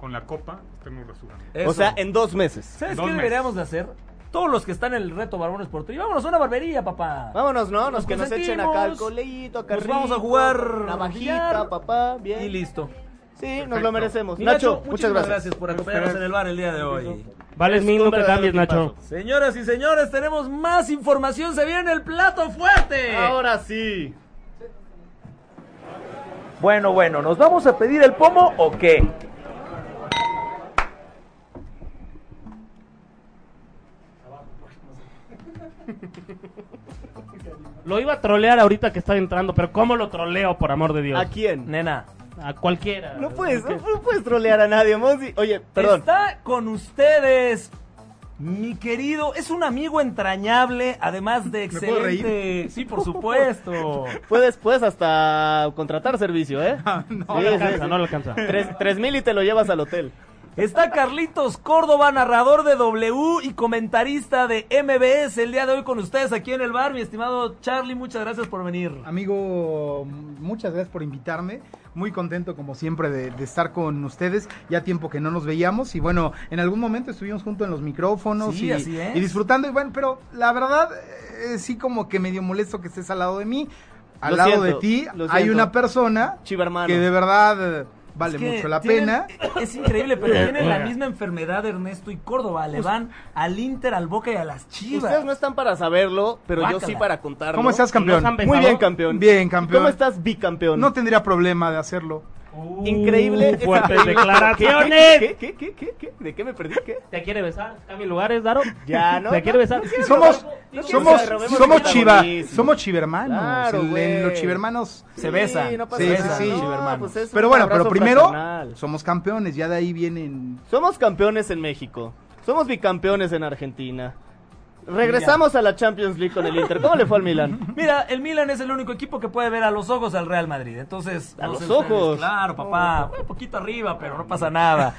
con la copa, estemos rasurando.
Eso.
O sea, en dos meses.
¿Sabes
Dos
qué
meses.
deberíamos de hacer? Todos los que están en el reto Barbones por Tri, vámonos a una barbería, papá.
Vámonos, ¿no? Nos,
Nos
que nos echen acá al
consentimos.
coleguito, acá
Nos vamos a
rico,
jugar
Navajita,
billar.
papá, bien.
Y listo.
Sí, nos lo merecemos.
Mi
Nacho, muchas
muchísimas
gracias.
por acompañarnos en el bar el día de hoy.
Vale,
Es
mil,
un
no te
verdadero
cambies, Nacho.
tipazo.
Señoras y señores, tenemos más información. Se viene el plato fuerte.
Eh, Ahora sí.
Bueno, bueno, ¿nos vamos a pedir el pomo o qué?
Lo iba a trolear ahorita que estaba entrando, pero ¿cómo lo troleo, por amor de Dios?
¿A quién?
Nena,
A cualquiera.
No puedes, no, no puedes trolear a nadie, Monsi. Oye, perdón.
está con ustedes mi querido, es un amigo entrañable, además [LAUGHS] de
¿Me puedo reír?
excelente. Sí, por supuesto.
Puedes, puedes hasta contratar
[LAUGHS]
servicio, ¿eh?
No le alcanza, no le alcanza.
Tres, tres mil y te lo llevas al hotel.
Está Carlitos Córdoba, narrador de W y comentarista de MBS el día de hoy con ustedes aquí en el bar. Mi estimado Charlie, muchas gracias por venir.
Amigo, muchas gracias por invitarme. Muy contento, como siempre, de, de estar con ustedes. Ya tiempo que no nos veíamos. Y bueno, en algún momento estuvimos juntos en los micrófonos
Sí,
y,
así es.
y disfrutando. Y bueno, pero la verdad, eh, sí, como que medio molesto que estés al lado de mí. Al
Lo
lado
siento,
de ti
lo
hay
siento.
una persona
Chiva hermano.
que de verdad eh, vale
Es que
mucho la
tienen-
pena.
[COUGHS] Es increíble, pero
Eh,
tienen la misma enfermedad Ernesto y Córdoba. Le van al Inter, al Boca y a las Chivas.
Ustedes no están para saberlo, pero yo
Guácala.
sí para contarlo.
¿Cómo estás, campeón?
nos han
Muy
¿Pensado?
bien, campeón.
Bien, campeón.
¿Cómo estás, bicampeón?
No tendría problema de hacerlo.
Increíble.
Uh, fuertes declaraciones.
¿Qué, qué, qué, qué, qué? ¿De qué me perdí? ¿Qué?
¿Te quiere besar? ¿Cambia lugares, Daro?
Ya, no,
¿Te
no,
quiere besar?
Somos,
no
somos,
quiero robar,
somos
está
chiva,
buenísimo.
somos chivermanos.
Claro,
En- en los
güey.
chivermanos
Se besan.
Sí, no pasa
Sí, sí,
nada.
sí.
No,
Chivermanos.
pues es
Pero
un
bueno, pero
abrazo
primero
fraternal.
somos campeones, ya de ahí vienen.
Somos campeones en México. Somos bicampeones en Argentina. Regresamos a la Champions League con el Inter. ¿Cómo le fue al Milan?
Mira, el Milan es el único equipo que puede ver a los ojos al Real Madrid. Entonces,
A
no
los
sé ustedes,
ojos.
Claro, papá.
Oh.
Un poquito arriba, pero no pasa nada.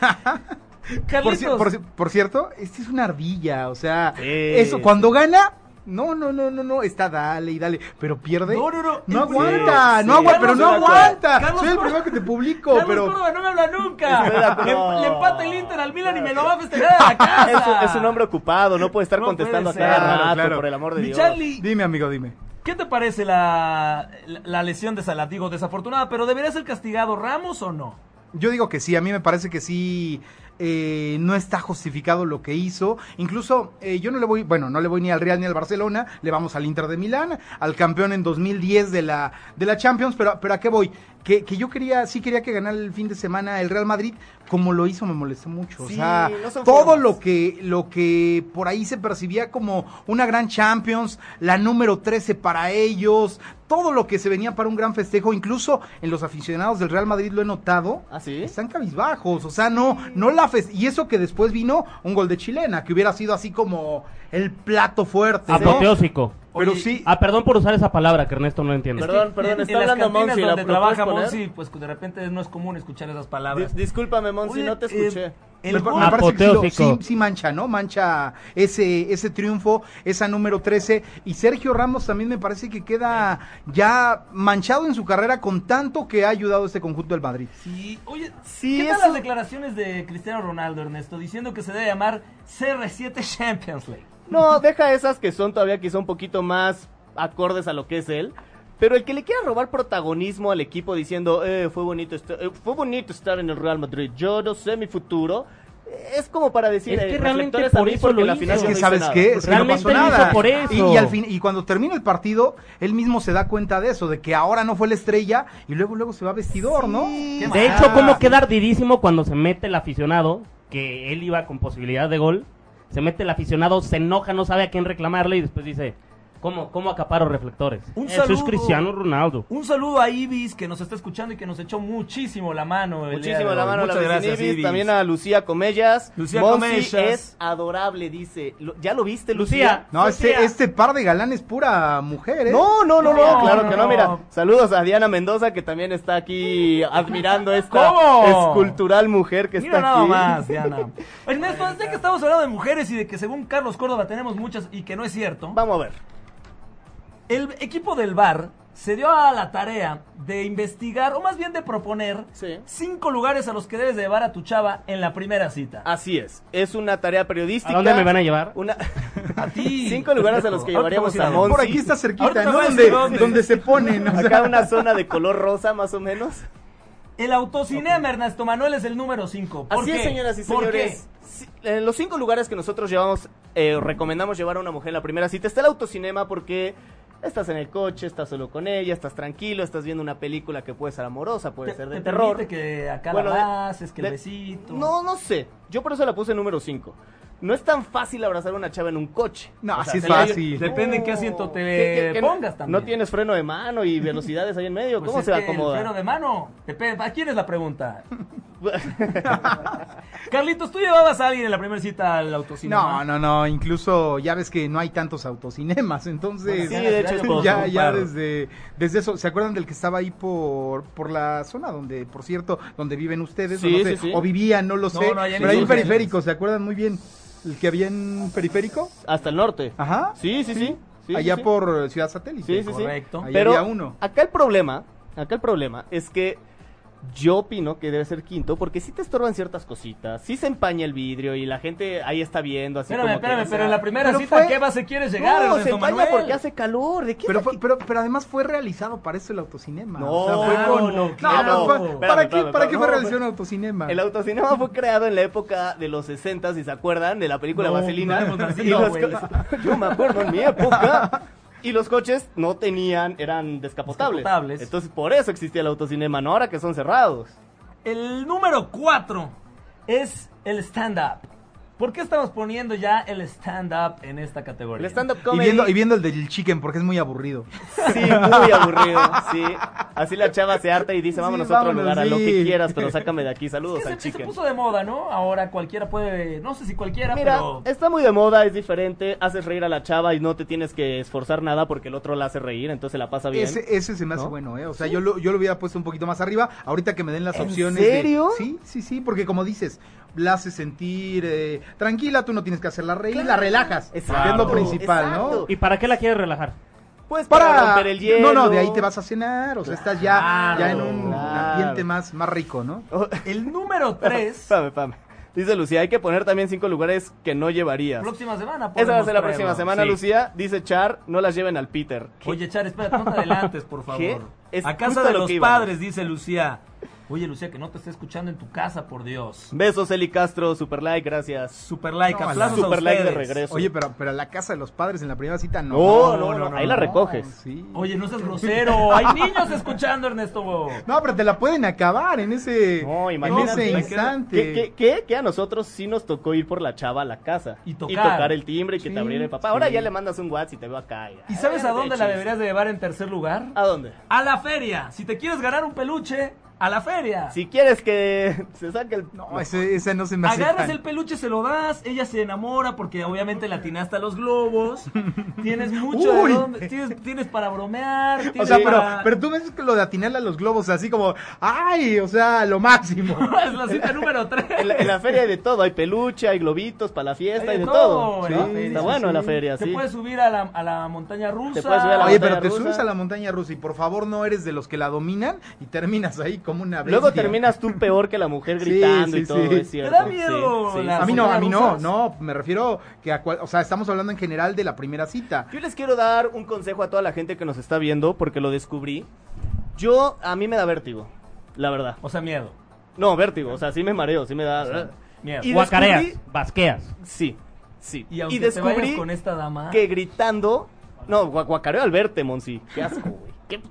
[LAUGHS] Por, ci-
Carlitos,
por ci- por cierto, este es una ardilla, o sea,
Sí.
eso cuando gana, no, no, no, no, no, está dale y dale, pero pierde.
No, no, no, es
este,
muy
aguanta,
bueno.
no
Sí.
aguanta, pero
Carlos
no
Córdoba.
aguanta.
Carlos
Soy el
Córdoba.
primero que te publico,
Carlos
pero
Córdoba no me habla
[LAUGHS]
Estoy de
nunca. Le,
acuerdo.
le empata el Inter al Milan y me lo va a festejar a la casa.
[LAUGHS] Es, es un hombre ocupado, no puede estar
No
contestando
puede
a cada
ser.
rato,
Claro, claro.
por el amor de
Mi
Dios.
Charlie,
dime, amigo, dime.
¿Qué te parece la, la, la lesión de Salah? Digo, desafortunada, pero ¿debería ser castigado Ramos o no?
Yo digo que sí, a mí me parece que sí eh, no está justificado lo que hizo. Incluso eh, yo no le voy, bueno, no le voy ni al Real ni al Barcelona, le vamos al Inter de Milán, al campeón en 2010 de la, de la Champions, pero, pero ¿a qué voy? Que, que yo quería, sí quería que ganara el fin de semana el Real Madrid, como lo hizo me molestó mucho.
Sí,
o sea,
no son
todo
formas.
lo que, lo que por ahí se percibía como una gran Champions, la número 13 para ellos, todo lo que se venía para un gran festejo, incluso en los aficionados del Real Madrid lo he notado
¿Ah, sí?
están cabizbajos, o sea, no, no la gafes. Y eso que después vino un gol de chilena, que hubiera sido así como el plato fuerte. ¿no?
Apoteósico.
Pero sí,
Ah, perdón por usar esa palabra que Ernesto no entiende.
Perdón, perdón, está hablando Monsi. ¿la
donde
puedo
trabaja
poner?
Monsi, pues de repente no es común escuchar esas
Di-
palabras.
discúlpame, Monsi,
Oye,
no te
eh,
escuché.
el
me,
gol-
me parece que sí lo-
Apoteósico.
sí, sí mancha, ¿no? Mancha ese, ese triunfo, esa número 13. Y Sergio Ramos también me parece que queda ya manchado en su carrera con tanto que ha ayudado este conjunto del Madrid.
Sí, oye,
Sí,
¿qué tal
eso-
las declaraciones de Cristiano Ronaldo, Ernesto, diciendo que se debe llamar CR7 Champions League?
No, deja esas que son todavía quizá un poquito más acordes a lo que es él. Pero el que le quiera robar protagonismo al equipo diciendo, eh, fue bonito, esta- eh, fue bonito estar en el Real Madrid, yo no sé mi futuro, es como para decir,
Es que
eh,
realmente
reflectores a
por
mí
eso
porque
lo
la
hizo.
final
Es
yo no
que
hice
sabes
nada.
qué, es que no
Realmente
pasó
lo hizo
nada.
por
Y- Y,
eso.
al fin, y cuando termina el partido, él mismo se da cuenta de eso, de que ahora no fue la estrella y luego luego se va a vestidor, ¿no? Qué
De
mal.
hecho, como queda ardidísimo cuando se mete el aficionado, que él iba con posibilidad de gol, se mete el aficionado, se enoja, no sabe a quién reclamarle y después dice, ¿cómo, cómo acaparo reflectores?
Un
Eso es
saludo.
Cristiano Ronaldo.
Un saludo a Ibis que nos está escuchando y que nos echó muchísimo la mano. el día de
Muchísimo la
hoy.
mano a la
Muchas gracias,
gracias,
Ibis.
también a Lucía Comellas.
Lucía
Monsi
Comellas.
es adorable, dice. Lo- ¿Ya lo viste,
Lucía.
Lucía?
No, este,
Sofía.
este par de galán es pura mujer, ¿eh?
No, no, no, no,
No,
claro
no,
que no,
no.
mira. Saludos a Diana Mendoza que también está aquí admirando esta
¿Cómo?
escultural mujer que
Mira
está
nada
aquí.
más, Diana.
[LAUGHS]
Ernesto, ya que estamos hablando de mujeres y de que según Carlos Córdoba tenemos muchas y que no es cierto,
Vamos a ver.
el equipo del VAR se dio a la tarea de investigar, o más bien de proponer,
Sí.
cinco lugares a los que debes de llevar a tu chava en la primera cita.
Así es, es una tarea periodística.
¿A dónde me van a llevar?
Una...
A ti.
[LAUGHS] Cinco lugares a los que
Ahora te
llevaríamos
vamos a
a
ir a-
Monsi.
Por aquí está
Ahorita
cerquita,
te
¿no?
voy a
Donde,
decir dónde.
donde se ponen. o sea.
Acá una zona de color rosa más o menos.
El autocinema, Ernesto Manuel, es el número 5.
Así es, señoras y señores. Sí, eh, los cinco lugares que nosotros llevamos, eh, recomendamos llevar a una mujer en la primera cita, está el autocinema porque estás en el coche, estás solo con ella, estás tranquilo, estás viendo una película que puede ser amorosa, puede
Te,
ser de
te
terror.
permite que acá
Bueno, de-
la abraces, que el
de-
besito.
No, no sé. Yo por eso la puse número 5. No es tan fácil abrazar a una chava en un coche.
No, así es
se le-
fácil.
Depende en qué asiento te
Que- que- que no-
pongas también.
No tienes freno de mano y velocidades ahí en medio.
Pues
¿Cómo
es
se va a
que el freno
acomodar?
de mano. Depende- ¿A quién es
[LAUGHS]
la pregunta? Carlitos, ¿tú llevabas a alguien en la primera cita al
No,
autocinema?
no, no, incluso ya ves que no hay tantos autocinemas, [LAUGHS] entonces
Sí, de hecho es por-
ya, ya
Claro.
desde, desde eso, ¿se acuerdan del que estaba ahí por, por la zona donde, por cierto, donde viven ustedes?
Sí,
o, no sé,
sí, sí.
o vivían, no lo sé,
no, allá en
pero hay
Los
un
Ángeles.
periférico, ¿se acuerdan muy bien? ¿El que había en periférico?
Hasta el norte.
Ah.
Ajá.
Sí, sí, sí. Sí,
Allá
sí, sí.
por eh, Ciudad Satélite.
Sí, sí, sí.
Correcto.
Ahí
Pero
había uno.
acá el problema, acá el problema es que yo opino que debe ser quinto porque sí te estorban ciertas cositas, sí se empaña el vidrio y la gente ahí está viendo así
Espérame,
como que,
espérame,
o sea,
pero en la primera
Pero
cita,
fue-
¿qué vas se quieres
no,
llegar,
se
Ernesto
empaña
Manuel?
porque hace calor, ¿de qué
Pero,
está
fue- pero, pero además fue realizado para eso el autocinema.
No,
Ah,
fue
claro,
con-
no,
no,
claro.
pues
pa-
Espérame,
¿Para qué,
espérame,
para qué
no,
fue
pero-
realizado el autocinema?
El autocinema fue creado en la época de los 60, si se acuerdan, de la película
No,
Vaselina.
no hemos
[LAUGHS]
nacido,
Y los
güey.
co- [LAUGHS] Yo me acuerdo en mi época. Y los coches no tenían, eran descapotables.
Descapotables.
Entonces por eso existía el autocinema, no ahora que son cerrados.
El número 4 es el stand-up. ¿Por qué estamos poniendo ya el stand-up en esta categoría?
El stand-up
y,
comedy.
viendo, y viendo el del chicken porque es muy aburrido.
Sí, muy [LAUGHS] aburrido. Sí. Así la chava se harta y dice, vámonos
Sí,
a otro
vámonos,
lugar, a lo
sí.
que quieras, [LAUGHS] pero sácame de aquí.
Es
Saludos
que
al
se, se
chicken.
puso de moda, ¿no? Ahora cualquiera puede, no sé si cualquiera,
Mira,
pero
está muy de moda, es diferente, haces reír a la chava y no te tienes que esforzar nada porque el otro la hace reír, entonces la pasa bien.
Ese, ese se me hace bueno, ¿eh? O sea, yo lo, yo lo hubiera puesto un poquito más arriba. Ahorita que me den las
¿En
opciones. de-
serio?
sí, sí, sí, porque como dices, la hace sentir eh, tranquila, tú no tienes que hacerla reír, la relajas. que es
Exacto,
lo principal,
exacto.
¿Y para qué la quieres relajar?
Pues
¿no? Para.
romper el hielo.
No, no, de ahí te vas a cenar, o sea, estás ya, ya en un
Claro.
ambiente más, más rico, ¿no?
Oh, [LAUGHS]
el número 3,
Espérame, espérame. Dice Lucía, hay que poner también cinco lugares que no llevarías.
próxima semana.
Esa va a
podemos
ser la
traerlo.
próxima semana,
Sí.
Lucía. Dice Char, no las lleven al Peter.
Oye, Char, espérate, no te adelantes, por favor.
¿Qué? Es
a
justo
casa de
lo
los
que íbamos.
padres, dice Lucía. Oye, Lucía, que no te esté escuchando en tu casa, por Dios.
Besos, Eli Castro, super like, gracias.
Super like,
No,
aplausos a
super like de
ustedes.
regreso. Oh,
Oye, pero, pero la casa de los padres en la primera cita no.
No, no, no, ahí la recoges.
sí.
Oye, no seas
[LAUGHS]
grosero. Hay niños escuchando, Ernesto.
No, pero te la pueden acabar en ese,
No,
en
imagínate.
ese
Me quedo-
instante.
¿Qué, qué, qué? Que a nosotros sí nos tocó ir por la chava a la casa.
Y tocar.
el timbre y que
Sí,
te abriera el papá. Ahora
sí.
ya le mandas un WhatsApp y te veo acá. ya.
¿Y sabes
Ay,
a
no te
dónde la
eches.
deberías de llevar en tercer lugar?
¿A dónde?
A la feria. Si te quieres ganar un peluche, a la feria.
Si quieres que [LAUGHS] se saque el...
No, ese, ese no se me hace.
Agarras
tan-
el peluche, se lo das, ella se enamora porque obviamente le atinaste a
[LAUGHS]
los globos. Tienes mucho de
Uy.
dónde- tienes, tienes para bromear.
O
tienes
sea, pero,
para-
pero tú me dices que lo de atinarle a los globos, así como, ¡ay! O sea, lo máximo.
[LAUGHS] es la cita número 3.
En la, en la feria hay de todo, hay peluche, hay globitos para la fiesta, hay de todo.
todo,
Sí,
en la feria,
está
sí,
bueno en la
sí.
feria,
Te
sí.
puedes subir a la, a la montaña rusa.
Te puedes subir a la
Oye,
montaña
pero te
rusa.
subes a la montaña rusa y por favor no eres de los que la dominan y terminas ahí como una bestia.
Luego terminas tú peor que la [LAUGHS] mujer
Sí,
gritando
sí,
y todo,
sí.
es cierto.
Te da miedo
Sí, sí,
la-
sí.
A mí no, a mí no,
rusas.
no, me refiero que a cual, o sea, estamos hablando en general de la primera cita.
Yo les quiero dar un consejo a toda la gente que nos está viendo porque lo descubrí. Yo, a mí me da vértigo, la verdad.
O sea, miedo.
No, vértigo, o sea, sí me mareo, sí me da...
Miedo.
Y
Guacareas,
descubrí-
basqueas.
Sí, sí.
Y, aunque te vayas con esta dama.
que gritando... No, gua- guacareo al verte, Monsi. Qué asco, güey. Qué-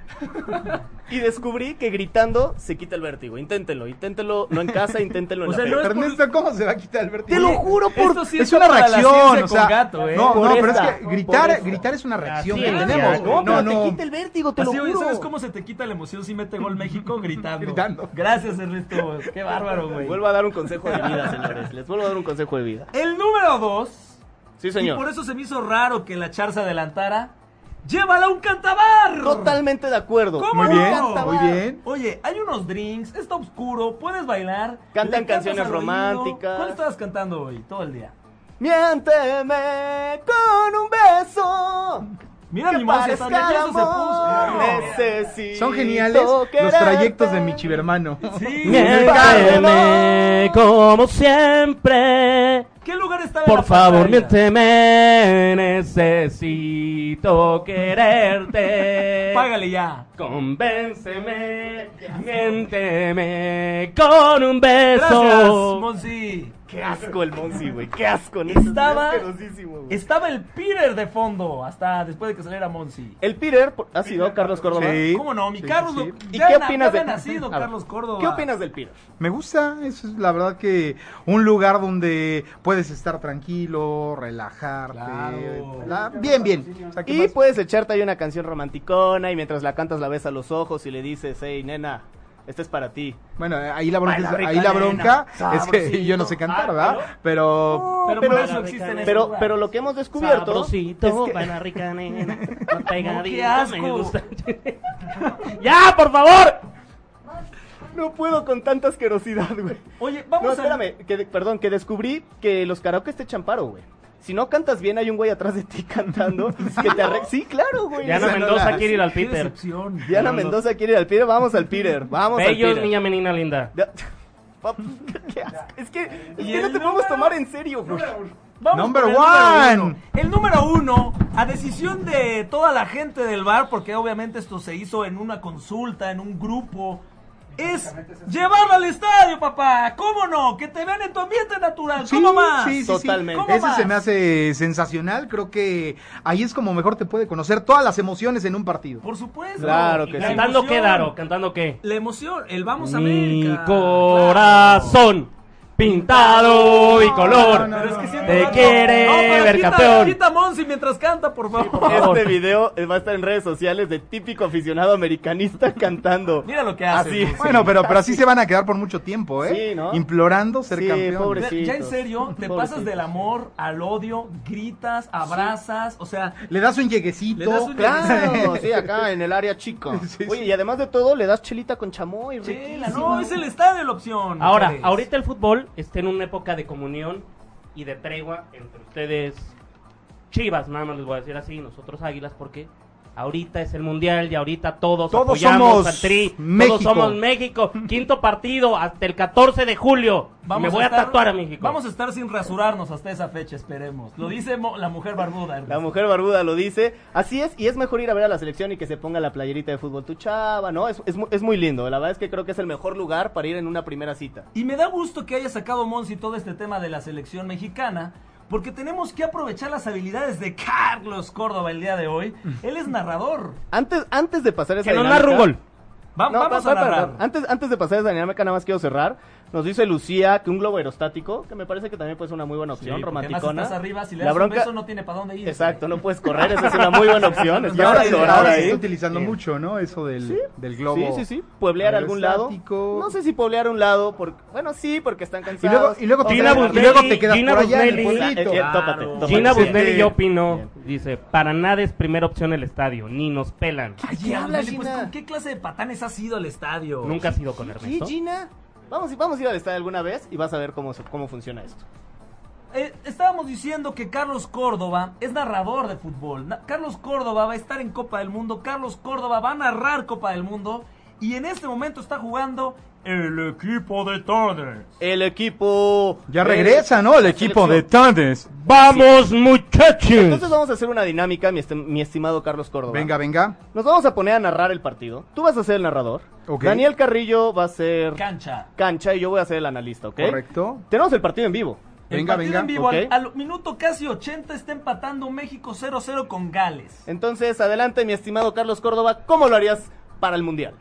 [LAUGHS] y descubrí que gritando se quita el vértigo. Inténtenlo, inténtenlo, no en casa, inténtenlo en
O
la
sea,
feria.
no es
Ernesto, ¿cómo se va a quitar el vértigo?
Te lo juro por...
Esto sí
es una
como la
reacción,
ciencia
o
con
sea,
gato, ¿eh?
no,
Por
no, pero es
esta,
que
por
gritar,
esta.
gritar es una reacción
Así
que
es,
tenemos.
ya,
No,
No,
pero
no,
te quita el vértigo, te
Así,
lo
oye,
juro.
¿sabes cómo se te quita la emoción si mete gol México? Gritando.
Gritando.
Gracias, Ernesto. Qué bárbaro, güey.
Vuelvo a dar un consejo de vida, señores. Les vuelvo a dar un consejo de vida.
El número 2.
Sí,
Y por
señor.
eso se me hizo raro que la char se adelantara. ¡Llévala a un cantabar!
Totalmente de acuerdo.
¿Cómo
Muy
no?
bien,
Cantabar.
muy bien.
Oye, hay unos drinks, está oscuro, puedes bailar.
Cantan
le cantas
canciones
al oído.
románticas.
¿Cuál estabas cantando hoy, todo el día?
Miénteme con un beso.
Mira
que
mi mouse,
parezca
ya ya eso se
amor.
puso. Mira, mira.
Necesito
Son geniales los
quererte.
trayectos de mi chivermano.
Sí,
Miénteme como siempre.
¿Qué lugar estaba en
Por
la
favor,
pantalla?
miénteme. Necesito quererte.
Págale ya.
Convénceme, miénteme con un beso.
Gracias, Monsi.
Qué asco el Monsi, güey. Qué asco. neta,
Estaba,
es asquerosísimo, güey.
estaba el Peter de fondo, hasta después de que saliera Monsi. Ah,
El Peter por- ha sido Carlos Córdoba.
Sí.
¿Cómo no? Mi
Sí,
Carlos.
sí,
lo-
¿Y
ya
qué
na-
opinas
ya
de
había nacido
A ver,
Carlos Córdoba.
¿Qué opinas del Peter?
Me gusta, eso es la verdad que un lugar donde puedes estar tranquilo, relajarte.
Claro.
la- bien, pues, bien. O sea, ¿qué
Y
más?
puedes echarte ahí una canción romanticona y mientras la cantas la ves a los ojos y le dices, hey, nena, esta es para ti.
Bueno, ahí la bronca,
Baila rica,
ahí la bronca
nena,
es que yo no sé cantar, ¿verdad? Pero
Pero,
Pero-
por eso existen
Pero,
estos
pero lo
lugares.
que hemos descubierto
Sabrosito,
es que-
baila rica
[LAUGHS]
nena, con
qué
pegadito,
asco.
me gusta. [LAUGHS] ¡Ya, por favor!
no puedo con tanta asquerosidad, güey.
Oye,
No,
vamos a.
espérame, que de- perdón, que descubrí que los karaoke te champaro, güey. Si no cantas bien, hay un güey atrás de ti [LAUGHS] cantando. que te arre- Sí, claro, güey.
Diana
O sea, no
Mendoza
la-
quiere ir al
Qué
Peter.
decepción.
Diana
no, no.
Mendoza quiere ir al Peter, vamos al Peter, vamos al
Bellos,
Peter. [LAUGHS]
niña menina linda.
Ya- Pap- qué asco. Es que, es
Y
que no
el
te podemos
número-
tomar en serio, güey. Este
Vamos
Number
con el
one.
número uno. El número uno, a decisión de toda la gente del bar, porque obviamente esto se hizo en una consulta, en un grupo, es llevarlo al estadio, papá. ¿Cómo no? Que te vean en tu ambiente natural. ¿Cómo más?
Totalmente.
¿Cómo
Ese
más?
se me hace sensacional. Creo que ahí es como mejor te puede conocer todas las emociones en un partido.
Por supuesto.
Claro
Y
que
la
sí.
¿Cantando
emoción,
qué, Daro? ¿Cantando qué?
La emoción, el vamos a
Mi
América.
corazón pintado y color.
Pero es que siento
Te
gato.
quiere
No, pero
ver
quita-
campeón.
Quita a Monsi mientras canta, por favor.
Este video eh, va a estar en redes sociales de típico aficionado americanista [LAUGHS] cantando.
Mira lo que hace.
Así es.
Bueno, pero, pero así se van a quedar por mucho tiempo, ¿eh?
Sí, ¿no?
Implorando ser
Sí,
campeón.
pobre.
Ya- Ya en
Pobrecitos.
serio, te pasas
Pobrecitos.
del amor al odio, gritas, abrazas, o sea,
Le das un lleguecito.
Le das un
Claro, sí, acá en el área [LAUGHS] chica. Oye, y además de todo, le das chelita con chamoy,
chela,
riquísimo.
no, es el estadio la opción.
Ahora,
mujeres.
ahorita el fútbol está en una época de comunión y de tregua entre ustedes, Chivas, nada más les voy a decir así, y nosotros Águilas, porque ahorita es el Mundial y ahorita todos,
Todos
apoyamos
somos
al Tri,
México.
todos somos
[LAUGHS]
México, quinto partido hasta el 14 de julio, me voy a,
estar-
tatuar a México.
Vamos a estar sin rasurarnos hasta esa fecha, esperemos. Lo dice mo- la mujer barbuda.
La mujer barbuda lo dice. Así es, y es mejor ir a ver a la selección y que se ponga la playerita de fútbol tu chava, ¿no? Es, es, mu- es muy lindo. La verdad es que creo que es el mejor lugar para ir en una primera cita.
Y me da gusto que haya sacado Monsi todo este tema de la selección mexicana, porque tenemos que aprovechar las habilidades
[LAUGHS]
de Carlos Córdoba el día de hoy. Él es narrador.
Antes, antes de pasar esa
que nos
dinámica-
narra un gol.
Va-
No,
vamos
pa-
a
pa- pa-
narrar.
Antes, antes de pasar a esa dinámica, nada más quiero cerrar. Nos dice Lucía que un globo aerostático, que me parece que también puede ser una muy buena opción,
Sí, porque además
romanticona.
estás arriba, si le das un beso, no tiene pa' dónde ir.
Exacto, no puedes correr, esa es una muy buena
[LAUGHS]
opción.
Y
Está
ahora,
valorada
ahora se
ahí.
está utilizando mucho, ¿no? Eso del, del globo.
Sí, sí, sí. Pueblear a algún lado. No sé si pueblear a un lado, porque, bueno, sí, porque están
Y
cansados.
luego, y luego, te,
Otra
quedas-
vez.
y luego te quedas
Gina
por allá en el
Busnelli.
Eh,
pueblito.
eh, tópate, tópate.
Gina
Sí.
Busnelli, yo opino, dice, para nada es primera opción el estadio, ni nos pelan.
Ay,
¿Qué
Adele,
hablas,
pues,
Gina?
¿Con qué clase de patanes has ido al estadio?
Nunca has ido con
Sí,
Ernesto.
Gina. Vamos, y- vamos a ir al estadio alguna vez y vas a ver cómo, se- cómo funciona esto.
Eh, estábamos diciendo que Carlos Córdoba es narrador de fútbol. Na- Carlos Córdoba va a estar en Copa del Mundo. Carlos Córdoba va a narrar Copa del Mundo. Y en este momento está jugando el equipo de Tades.
El equipo.
Ya
de-
regresa, ¿no? El
la
equipo de
eh, selección.
Tandes.
¡Vamos,
Entonces
muchachos!
vamos a hacer una dinámica, mi, este- mi estimado Carlos Córdoba.
Venga, venga.
Nos vamos a poner a narrar el partido. Tú vas a ser el narrador.
Ok.
Daniel Carrillo va a ser
Cancha.
cancha y yo voy a ser el analista, ¿ok?
Correcto.
Tenemos el partido en vivo.
El
Venga,
partido
venga,
en vivo, al-
ok.
al, minuto casi 80 está empatando México 0-0 con Gales.
Entonces, adelante, mi estimado Carlos Córdoba, ¿cómo lo harías para el Mundial?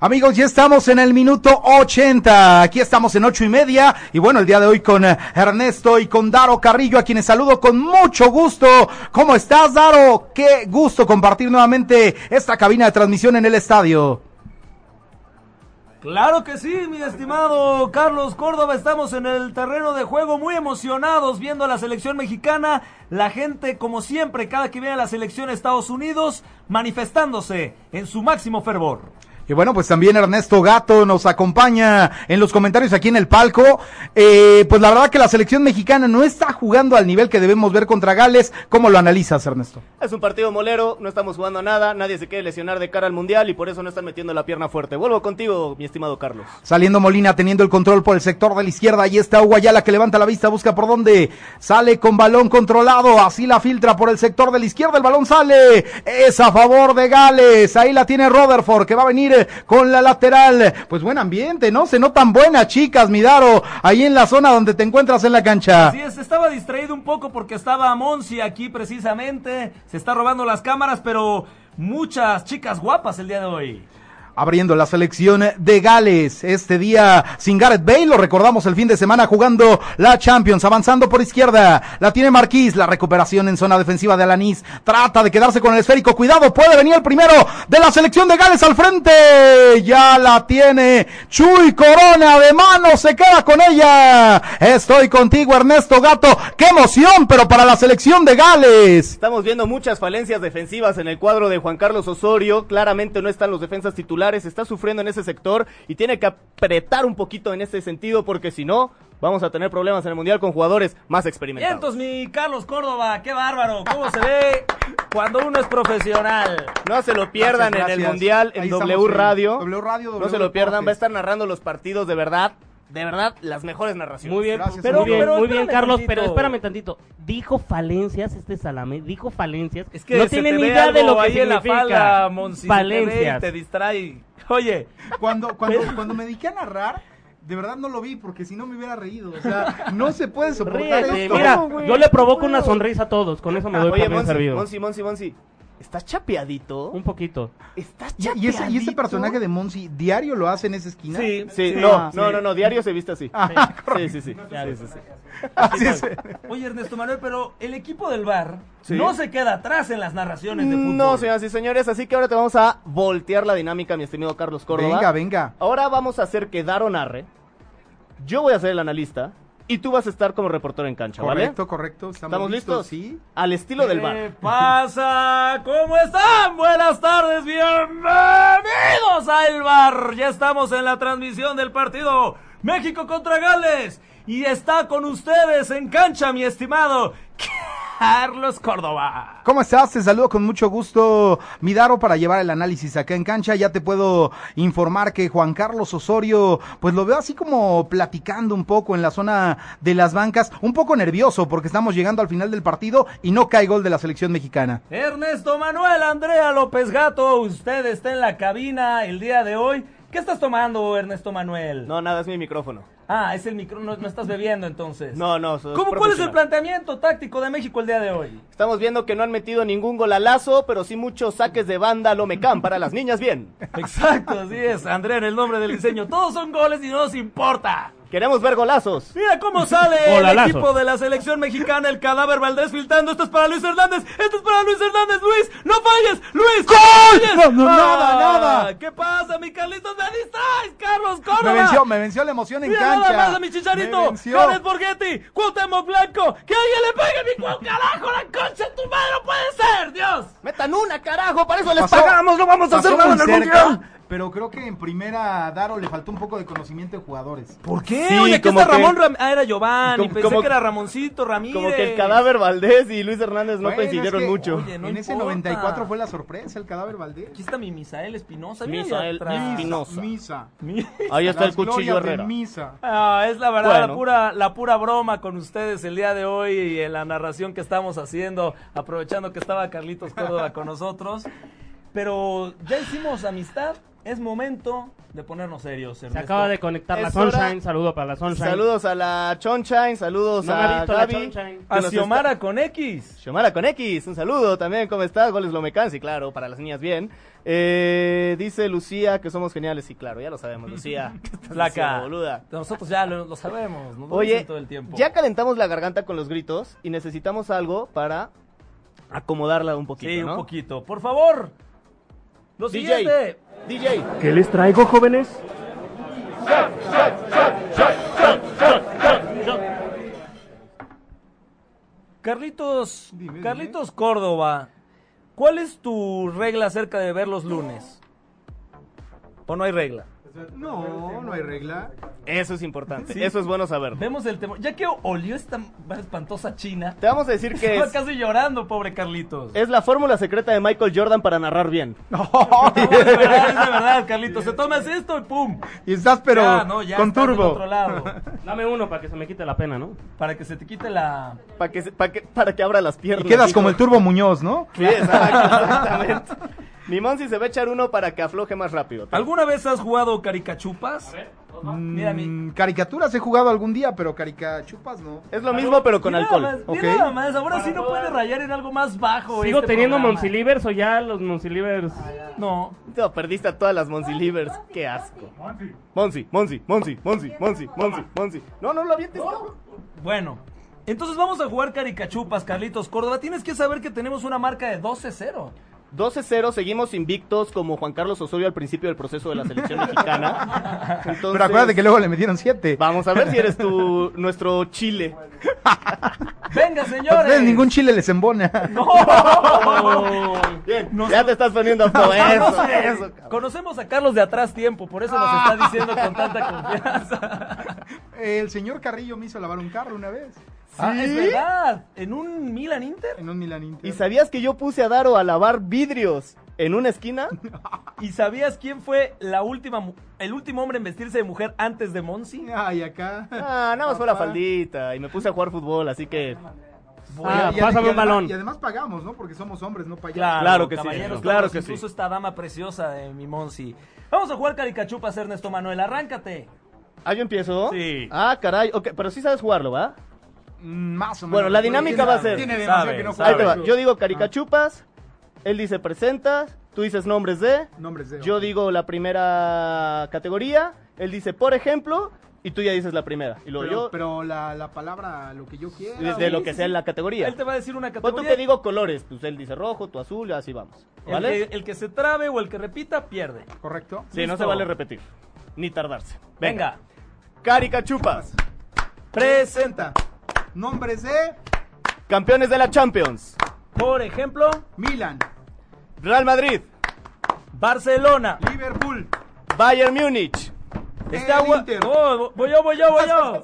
Amigos, ya estamos en el minuto 80. Aquí estamos en ocho y media. Y bueno, el día de hoy con eh, Ernesto y con Daro Carrillo, a quienes saludo con mucho gusto. ¿Cómo estás, Daro? Qué gusto compartir nuevamente esta cabina de transmisión en el estadio.
Claro que sí, mi estimado Carlos Córdoba. Estamos en el terreno de juego muy emocionados viendo a la selección mexicana. La gente, como siempre, cada que viene a la selección de Estados Unidos, manifestándose en su máximo fervor.
Y bueno, pues también Ernesto Gato nos acompaña en los comentarios aquí en el palco. Eh, pues la verdad que la selección mexicana no está jugando al nivel que debemos ver contra Gales. ¿Cómo lo analizas, Ernesto?
Es un partido molero, no estamos jugando a nada, nadie se quiere lesionar de cara al Mundial y por eso no están metiendo la pierna fuerte. Vuelvo contigo, mi estimado Carlos.
Saliendo Molina, teniendo el control por el sector de la izquierda. Ahí está Guayala que levanta la vista, busca por dónde. Sale con balón controlado. Así la filtra por el sector de la izquierda. El balón sale. Es a favor de Gales. Ahí la tiene Rutherford que va a venir eh, con la lateral. Pues buen ambiente, ¿no? Se notan buenas chicas, Midaro. Ahí en la zona donde te encuentras en la cancha.
Así es, estaba distraído un poco porque estaba Monsi aquí precisamente. Se está robando las cámaras, pero muchas chicas guapas el día de hoy.
abriendo la selección de Gales este día sin Gareth Bale, lo recordamos el fin de semana jugando la Champions, avanzando por izquierda, la tiene Marquís, la recuperación en zona defensiva de Alanis, trata de quedarse con el esférico, cuidado, puede venir el primero de la selección de Gales al frente, ya la tiene Chuy Corona de mano, se queda con ella, estoy contigo Ernesto Gato, qué emoción, pero para la selección de Gales.
Estamos viendo muchas falencias defensivas en el cuadro de Juan Carlos Osorio. Claramente no están los defensas titulares, está sufriendo en ese sector y tiene que apretar un poquito en ese sentido porque si no, vamos a tener problemas en el Mundial con jugadores más experimentados.
Vientos, mi Carlos Córdoba, qué bárbaro, cómo se ve cuando uno es profesional.
No se lo pierdan
Gracias,
en el
gracias.
Mundial en
Ahí
W
estamos en
Radio.
W Radio,
no
W
se lo pierdan,
Deportes.
va a estar narrando los partidos de verdad, de verdad, las mejores narraciones.
Muy bien,
Gracias,
pero,
muy bien.
pero- muy
Espérame
bien, Carlos,
tantito.
pero espérame tantito. Dijo falencias este Salame, dijo falencias.
Es que
no
se
tiene
te
ni
ve
idea de
algo
lo que
ahí en la
significa.
falda, Monsi, se te ve y
falencias.
te "Pues, distrae. Oye,
Cuando, cuando, cuando me dediqué a narrar, de verdad no lo vi, porque si no me hubiera reído. O sea, no se puede soportar
Ríete,
esto.
mira,
No, güey.
yo le provoco una sonrisa a todos, con eso me doy
Ah, Oye,
por bien
Monsi,
servido.
Monsi, Monsi, Monsi, ¿estás chapeadito?
Un poquito.
¿Estás
Y,
chapeadito?
y ese, y ese personaje de Monsi, ¿diario lo hace en esa esquina?
sí,
Sí,
sí.
no,
sí.
no, no, no, diario se viste así.
Ah,
Sí, sí, sí. sí, sí, sí.
Así es.
Oye, Ernesto Manuel, pero el equipo del bar no se queda atrás en las narraciones de fútbol.
No, señoras y señores, así que ahora te vamos a voltear la dinámica, mi estimado Carlos Córdoba.
Venga, venga.
Ahora vamos a hacer que Daro narre, yo voy a ser el analista y tú vas a estar como reportero en cancha, ¿vale?
Correcto, Eh. correcto. ¿Estamos,
¿Estamos listos?
Sí.
Al estilo del bar.
¿Qué pasa? ¿Cómo están? Buenas tardes, bienvenidos a El Bar. Ya estamos en la transmisión del partido México contra Gales. Y está con ustedes en cancha, mi estimado [LAUGHS] Carlos Córdoba.
¿Cómo estás? Te saludo con mucho gusto, Midaro, para llevar el análisis acá en cancha. Ya te puedo informar que Juan Carlos Osorio, pues lo veo así como platicando un poco en la zona de las bancas, un poco nervioso porque estamos llegando al final del partido y no cae gol de la selección mexicana.
Ernesto Manuel Andrea López Gato, usted está en la cabina el día de hoy. ¿Qué estás tomando, Ernesto Manuel?
No, nada, es mi micrófono.
Ah, es el micro, no, no estás bebiendo entonces.
No, no. soy
¿Cómo, ¿Cuál es el
profesional.
planteamiento táctico de México el día
[LAUGHS]
de hoy?
Estamos viendo que no han metido ningún golalazo, pero sí muchos saques de banda Lomecán para las niñas bien.
Exacto, así es, André, en el nombre del diseño. Todos son goles y no nos importa.
Queremos ver golazos.
Mira cómo sale el
Golalazo.
equipo de la selección mexicana, el cadáver Valdés filtrando. Esto es para Luis Hernández, esto es para Luis Hernández, Luis, no falles, Luis. ¡Gol!
No, no, nada, nada.
¿Qué pasa, mi Carlitos? ¡Me distraes, Carlos
Me
Córdoba!
venció, me venció la emoción en
Mira
cancha.
nada más a mi
Me
chicharito,
venció.
Jared Borghetti, Cuauhtémoc Blanco, que alguien le pegue mi cuau, carajo, la concha de tu madre, no puede ser, Dios.
¡Metan una, carajo! ¡Para eso les
Pasó-
pagamos! ¡No vamos a
pasó
hacer nada en
muy
el
cerca,
mundial!
Pero creo que en primera a Daro le faltó un poco de conocimiento de jugadores.
¿Por qué?
Sí,
Oye, aquí
como
está
que-
Ramón Ram- Ah, era Giovanni,
Como-
pensé
como-
que era Ramoncito Ramírez.
Como que el cadáver Valdés y Luis Hernández no
Bueno,
coincidieron
es que,
mucho.
oye, no
en ese
importa.
94 fue la sorpresa, el cadáver Valdés.
Aquí está mi Misael Espinosa. mira allá
Misael
atrás.
Espinosa.
Misa.
Mi- [LAUGHS]
Ahí está el
Las glorias
cuchillo
de
Herrera.
Misa.
Ah, es la verdad, la,
Bueno.
pura, la pura broma con ustedes el día de hoy y en la narración que estamos haciendo, aprovechando que estaba Carlitos Córdoba con nosotros. Pero ya hicimos amistad, es momento de ponernos serios.
Se
Ernesto.
acaba de conectar la
Es hora-
Sunshine. Saludo para la Sunshine.
Saludos a la Chonchain, saludos
No me ha
a
visto la
Gaby.
Chonchain.
que
A
nos
Ah, Xiomara
está-
con X.
Xiomara con X, un saludo también, ¿cómo estás? Goles Lomecán, sí, claro, para las niñas bien. Eh, dice Lucía que somos geniales, sí, claro, ya lo sabemos, Lucía. ¿Qué estás
Placa.
diciendo, boluda.
Nosotros ya lo, lo sabemos, nos lo
Oye,
dicen todo el tiempo.
ya calentamos la garganta con los gritos y necesitamos algo para acomodarla un poquito,
Sí,
¿no?
un poquito. Por favor. Lo
DJ.
siguiente.
DJ,
¿Qué les traigo, jóvenes?
Carlitos,
Dime, dime.
Carlitos Córdoba, ¿cuál es tu regla acerca de ver los lunes? ¿O no hay regla?
No, no hay regla.
eso es importante, eso es bueno saberlo.
Vemos el temor. Ya que olió esta espantosa china,
Te vamos a decir que
[LAUGHS] estaba
es,
casi llorando, pobre [LAUGHS] Carlitos.
es la fórmula secreta de Michael Jordan para narrar bien.
No, es de verdad, es de verdad, Carlitos. Te tomas esto y pum.
Y estás, pero
Ya, no, ya
con
estás del
turbo.
otro lado.
Dame uno para que se me quite la pena, ¿no?
Para que se te quite la.
Para que, se- pa' que- para que abra las
Y
piernas.
quedas
hijo.
como el Turbo Muñoz, ¿no?
Sí, exacto, exactamente. Mi Monsi se va a echar uno para que afloje más rápido.
¿Alguna vez has jugado caricachupas? Mira, mi-
Mm, Caricaturas he jugado algún día, pero caricachupas no.
Es lo mismo, pero con
Mira
alcohol.
nada más,
ok.
mira nada más, ahora sí no puede rayar en algo más bajo.
¿Sigo
este
teniendo
programa.
Monsilivers o ya los Monsilivers?
No.
No, perdiste a todas las Monsi Livers. Qué asco.
Monty,
Monsi, Monsi, Monsi, Monsi, Monsi, Monsi, Monsi. No, no lo avientes. cabrón.
Bueno, entonces vamos a jugar caricachupas, Carlitos Córdoba. Tienes que saber que tenemos una marca de 12-0.
12-0, seguimos invictos como Juan Carlos Osorio al principio del proceso de la selección mexicana. Entonces,
[LAUGHS] Pero acuérdate que luego le metieron siete.
Vamos a ver si eres tú, nuestro Chile. [LAUGHS]
Venga,
A
señores.
ustedes ningún chile les embona.
Bien, ya te estás
[LAUGHS]
poniendo a todo eso. eso, cabrón.
Conocemos a Carlos de atrás tiempo, por eso nos está diciendo con tanta confianza.
[LAUGHS]
El señor Carrillo me hizo lavar un carro una vez.
Ah, es verdad. En un Milan Inter.
En un Milan Inter.
¿Y sabías que yo puse a Daro a lavar vidrios en una esquina?
[LAUGHS] ¿Y sabías quién fue la última, mu- el último hombre en vestirse de mujer antes de Monsi?
Ay, acá.
Ah, nada más fue la
Papá.
faldita y me puse a jugar fútbol, así que
Ah, pásame un
además-
balón.
Y además pagamos, ¿no? Porque somos hombres, no payasos.
Claro que sí,
caballeros,
claro
todos,
que sí.
Incluso esta dama preciosa de mi Monsi. Vamos a jugar caricachupas, Ernesto Manuel. Arráncate.
Ah, yo empiezo.
Sí.
Ah, caray. Ok, pero sí sabes jugarlo, ¿va?
Mm, Más o menos.
Bueno, la dinámica va a ser-
Tiene demasiado
Sabe,
que no
sabe.
Ahí te va.
juega.
Yo digo caricachupas,
Ah.
él dice presentas, tú dices nombres de,
Nombres de.
yo digo la primera categoría, él dice por ejemplo, y tú ya dices la primera. Y luego
Pero,
yo,
pero la, la palabra, lo que yo quiera.
ah,
de, de
güey.
lo que sea en la categoría.
Él te va a decir una
Pon tú
categoría.
que digo colores, pues él dice rojo, tú azul, y así vamos.
El
¿Vale?
que- el que se trabe o el que repita, pierde.
¿Correcto?
Sí, no
listo.
se vale repetir, ni tardarse.
Venga.
Caricachupas,
Presenta. Nombres de
campeones de la Champions,
Por ejemplo,
Milan,
Real Madrid,
Barcelona.
Eh, Liverpool,
Bayern Múnich,
Está
el
agua-
Inter.
No, voy yo, voy yo, voy yo.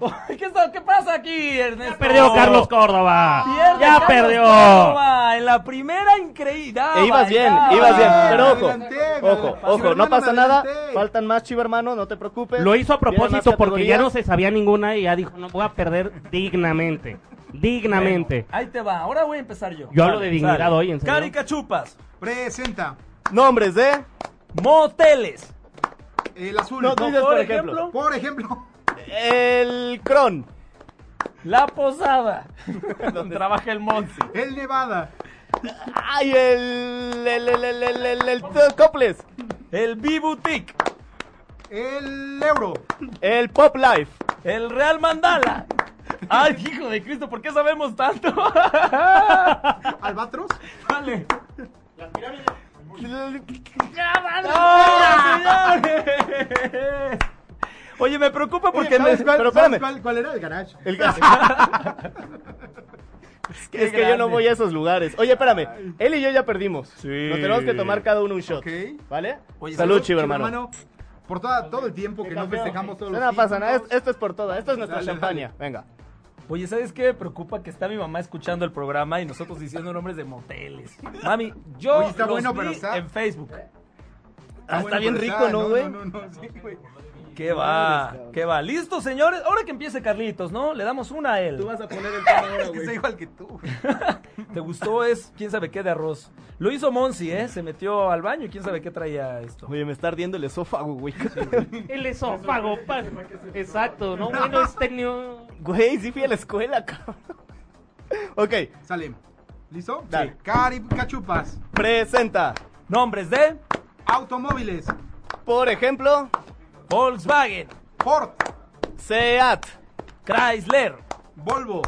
[LAUGHS] ¿Qué, está- qué pasa aquí, Ernesto?
Perdió Carlos Córdoba.
Pierde
ya
Carlos
perdió.
Córdoba En la primera increíble.
E ibas bien, ibas bien,
Ah,
pero ojo,
adelanté,
ojo,
me adelanté.
ojo, no
Chivermano,
pasa
me
nada,
adelanté.
faltan más chivermano, no te preocupes.
Lo hizo a
Vienen más
propósito porque ya
categorías.
no se sabía ninguna y ya dijo, no voy a perder dignamente. Dignamente.
Ahí te va. Ahora voy a empezar yo.
Yo hablo
Sale,
de dignidad
sale.
hoy, en serio.
Caricachupas.
presenta
Nombres de...
Moteles.
el azul.
No, tú dices
por
por
ejemplo.
ejemplo.
Por ejemplo,
El Cron. [LAUGHS]
La Posada. Donde trabaja el Monsi.
El Nevada.
Ay, el. El. El. El. El. El. el T- Coples.
El B-Boutique.
El Euro.
El Pop Life.
El Real Mandala. Ay, hijo de Cristo, ¿por qué sabemos tanto?
Albatros.
Vale. señores! Oye, me preocupa porque no
¿Sabes cuál,
pero
sabes
espérame.
cuál- cuál era? El garage.
[LAUGHS] El gas. es que yo no voy a esos lugares. Oye, espérame. Él y yo ya perdimos. Nos tenemos que tomar cada uno un shot.
Ok.
¿Vale?
Oye,
salud, chivo, hermano.
Por toda- todo el tiempo que no
Campeón.
festejamos todos
No,
los
no pasa nada.
títulos.
Es- Esto es por todas. Esto es nuestra
Dale,
champaña. Venga.
Oye, ¿sabes qué? Me preocupa que está mi mamá escuchando el programa y nosotros diciendo nombres de moteles. Mami, yo
Oye, está
los
bueno,
vi
pero está-
en Facebook.
Ah, bueno,
está bien
pero
rico, ¿no, güey?
No, no, no, sí, güey.
¿Qué va? ¿Qué va? ¿Listo, señores? Ahora que empiece Carlitos, ¿no? Le damos una a él.
a poner el tema ahora,
Es que está igual que tú. güey.
¿Te gustó? Es quién sabe qué de arroz. Lo hizo Monsi, ¿eh? Se metió al baño y quién sabe qué traía esto.
Oye, me está ardiendo el esófago, güey.
El esófago, pa- Exacto, no, bueno, este niño-
[LAUGHS] Güey, sí fui a la escuela, cabrón. [LAUGHS] Ok,
Sale. ¿Listo?
Dale.
Cari, cachupas.
presenta.
Nombres de
Automóviles.
Por ejemplo,
Volkswagen,
Ford.
Seat,
Chrysler,
Volvo.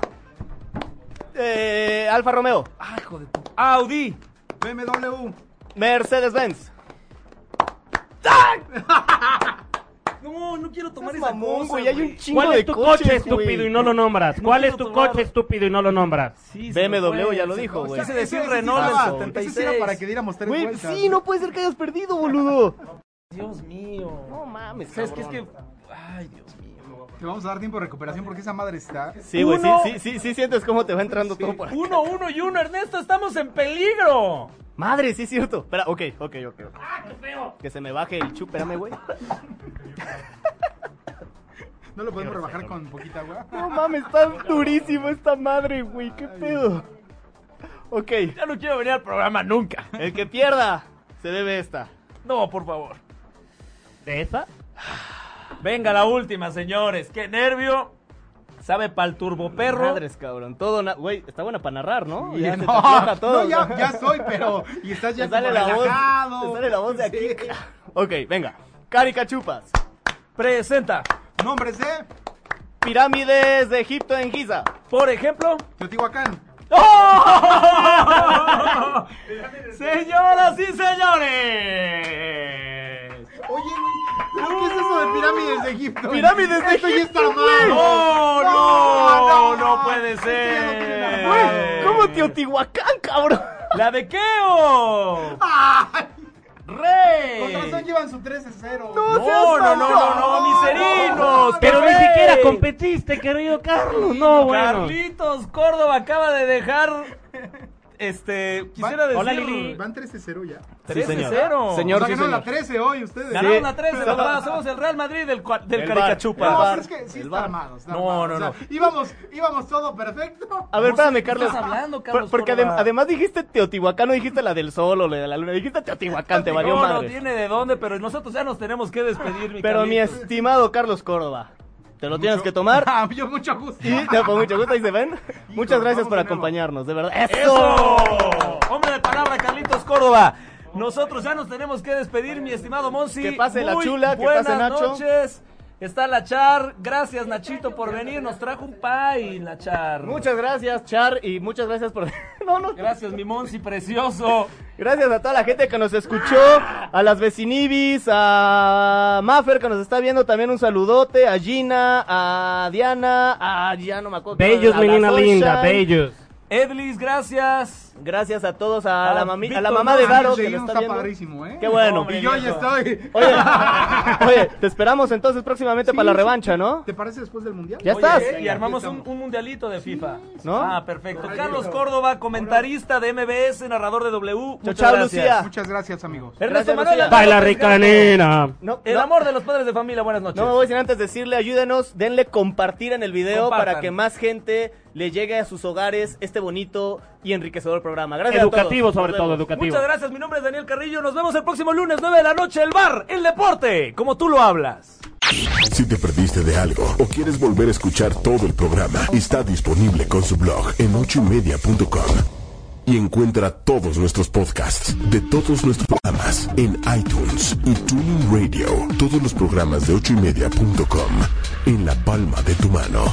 eh, Alfa Romeo,
ay, Ah, hijo de tu- Audi,
BMW.
Mercedes-Benz.
No, no quiero tomar
Es
esa
mamón,
cosa,
güey, hay un chingo
¿Cuál
de
es tu coche,
coches, güey.
estúpido y no lo nombras? ¿Cuál es
quiero
tu
tomar.
coche estúpido y no lo nombras?
Sí, se me
BMW
fue,
ya lo
se-
dijo, güey.
Quise decir
Ese sí
Renault
estaba.
en
Ese sí era
76.
para que diéramos tres
Güey,
vueltas.
sí, no puede ser que hayas perdido, boludo.
Dios mío.
No mames,
¿Sabes qué es
cabrón.
que ay, Dios mío.
Te vamos a dar tiempo de recuperación porque esa madre está.
Sí, güey, sí,
Uno-
sí, sí, sí sientes cómo te va entrando todo por...
Uno, uno y uno, Ernesto, estamos en peligro.
Madre, sí es cierto. Espera, ok, ok, ok. ¡Ah, qué feo! Que se me baje el chup, espérame, güey.
No lo podemos rebajar con poquita agua.
No mames, está durísimo esta madre, güey, qué pedo. Ok,
Ya no quiero venir al programa nunca.
el que pierda se debe esta.
No, por favor.
¿De esa?
Venga la última, señores. Qué nervio. Sabe pa'l turbo perro.
Madres, cabrón. Todo, na- güey, está buena para narrar, ¿no? [LAUGHS]
[LAUGHS]
Ya se te
no,
afloja todo,
no,
¿no?
ya, ya soy, pero. Y estás ya
[LAUGHS] Te sale
como
la voz.
relajado.
Te sale la voz de aquí.
Sí.
Ok, venga. Caricachupas.
Presenta,
Nombres de
Pirámides de Egipto en Giza.
por
[LAUGHS]
ejemplo.
Teotihuacán.
¡Oh! [LAUGHS] Señoras y señores.
Oye, güey, ¿pero qué es eso de pirámides de Egipto?
¡Pirámides de
Esto ya está
Egipto,
mal.
No, no, no puede
Esto ya no tiene nada.
ser.
Güey, ¿cómo Teotihuacán, cabrón?
La de Keo.
Ay, Con razón
Rey.
llevan su 13-0.
No, no, no, no, no, miserinos.
Pero ni
Rey.
siquiera competiste, querido Carlos. No, bueno.
Carlitos Córdoba acaba de dejar. Este, quisiera decir.
Hola, Lili.
Van 13-0 ya.
13-0.
Señor,
Nos
sí,
ganaron
señor.
la 13 hoy ustedes.
Ganaron la 13, ¿verdad? Somos el Real Madrid del, cua- del
El
Caricachupa.
No,
bar,
pero es que sí
el
está
bar.
armado. está
No,
armado.
no,
O sea,
no.
íbamos, íbamos todo
[LAUGHS]
perfecto.
A ver, espérame, Carlos.
estás hablando,
Por-
Carlos
Porque
Córdoba?
adem- además dijiste Teotihuacán, no dijiste la del sol o la de la luna. Dijiste Teotihuacán, te valió
no, no
madre.
tiene de dónde, pero nosotros ya nos tenemos que despedir, mi
Pero mi
Carlitos.
estimado Carlos Córdoba, te lo tienes que tomar.
Ah, yo mucho gusto.
Y te con mucho gusto, ahí se ven. Muchas gracias
vamos
por
de nuevo.
acompañarnos, de verdad.
¡Eso!
¡Eso!
Hombre de palabra, Carlitos Córdoba. Nosotros ya nos tenemos que despedir, mi estimado Monsi.
Que pase la
Muy
chula, que
buenas
pase Nacho.
noches. Está la Char. Gracias, Nachito, por venir. Nos trajo un pie, la Char.
Muchas gracias, Char, y muchas gracias por. [LAUGHS] No, no.
gracias, mi Monsi precioso.
Gracias a toda la gente que nos escuchó, a las vecinibis, a Maffer que nos está viendo también un saludote, a Gina, a Diana, a ya no me acuerdo.
Bellos,
a la
menina
Sunshine.
linda, bellos.
Edlis, gracias.
Gracias a todos, a,
A
la, mami- a la
Víctor
mamá de
Sánchez
Daro
de
que
Guino
lo está
está
viendo.
padrísimo, ¿eh?
Qué bueno.
Hombre,
Y yo ya
viejo.
estoy. [LAUGHS]
Oye, oye, te esperamos entonces próximamente para la
Sí,
revancha, ¿no?
¿Te parece después del mundial?
Ya
Oye,
estás.
¿eh? y
Venga,
armamos
aquí
un,
estamos.
un mundialito de FIFA.
¿No?
Ah, perfecto. Carlos Córdoba, comentarista de MBS, narrador de W. Muchas
chao,
gracias.
Lucía.
Muchas gracias, amigos.
Ernesto
Gracias,
Manuel
Lucía.
Antonio
Baila
López
rica,
Gato.
nena.
No,
El
no.
amor de los padres de familia, buenas noches.
No me voy sin antes decirle, ayúdenos, denle compartir en el video
Compartan.
para que más gente le llegue a sus hogares este bonito y enriquecedor programa. Gracias
Educativo,
a todos.
sobre
Nos
todo,
vemos.
educativo.
Muchas gracias, mi nombre es Daniel Carrillo. Nos vemos el próximo lunes, 9 de la noche, el bar, el deporte, como tú lo hablas.
Si te perdiste de algo o quieres volver a escuchar todo el programa, está disponible con su blog en ochoymedia.com. Y encuentra todos nuestros podcasts de todos nuestros programas en iTunes y Tuning Radio. Todos los programas de ochoymedia.com en la palma de tu mano.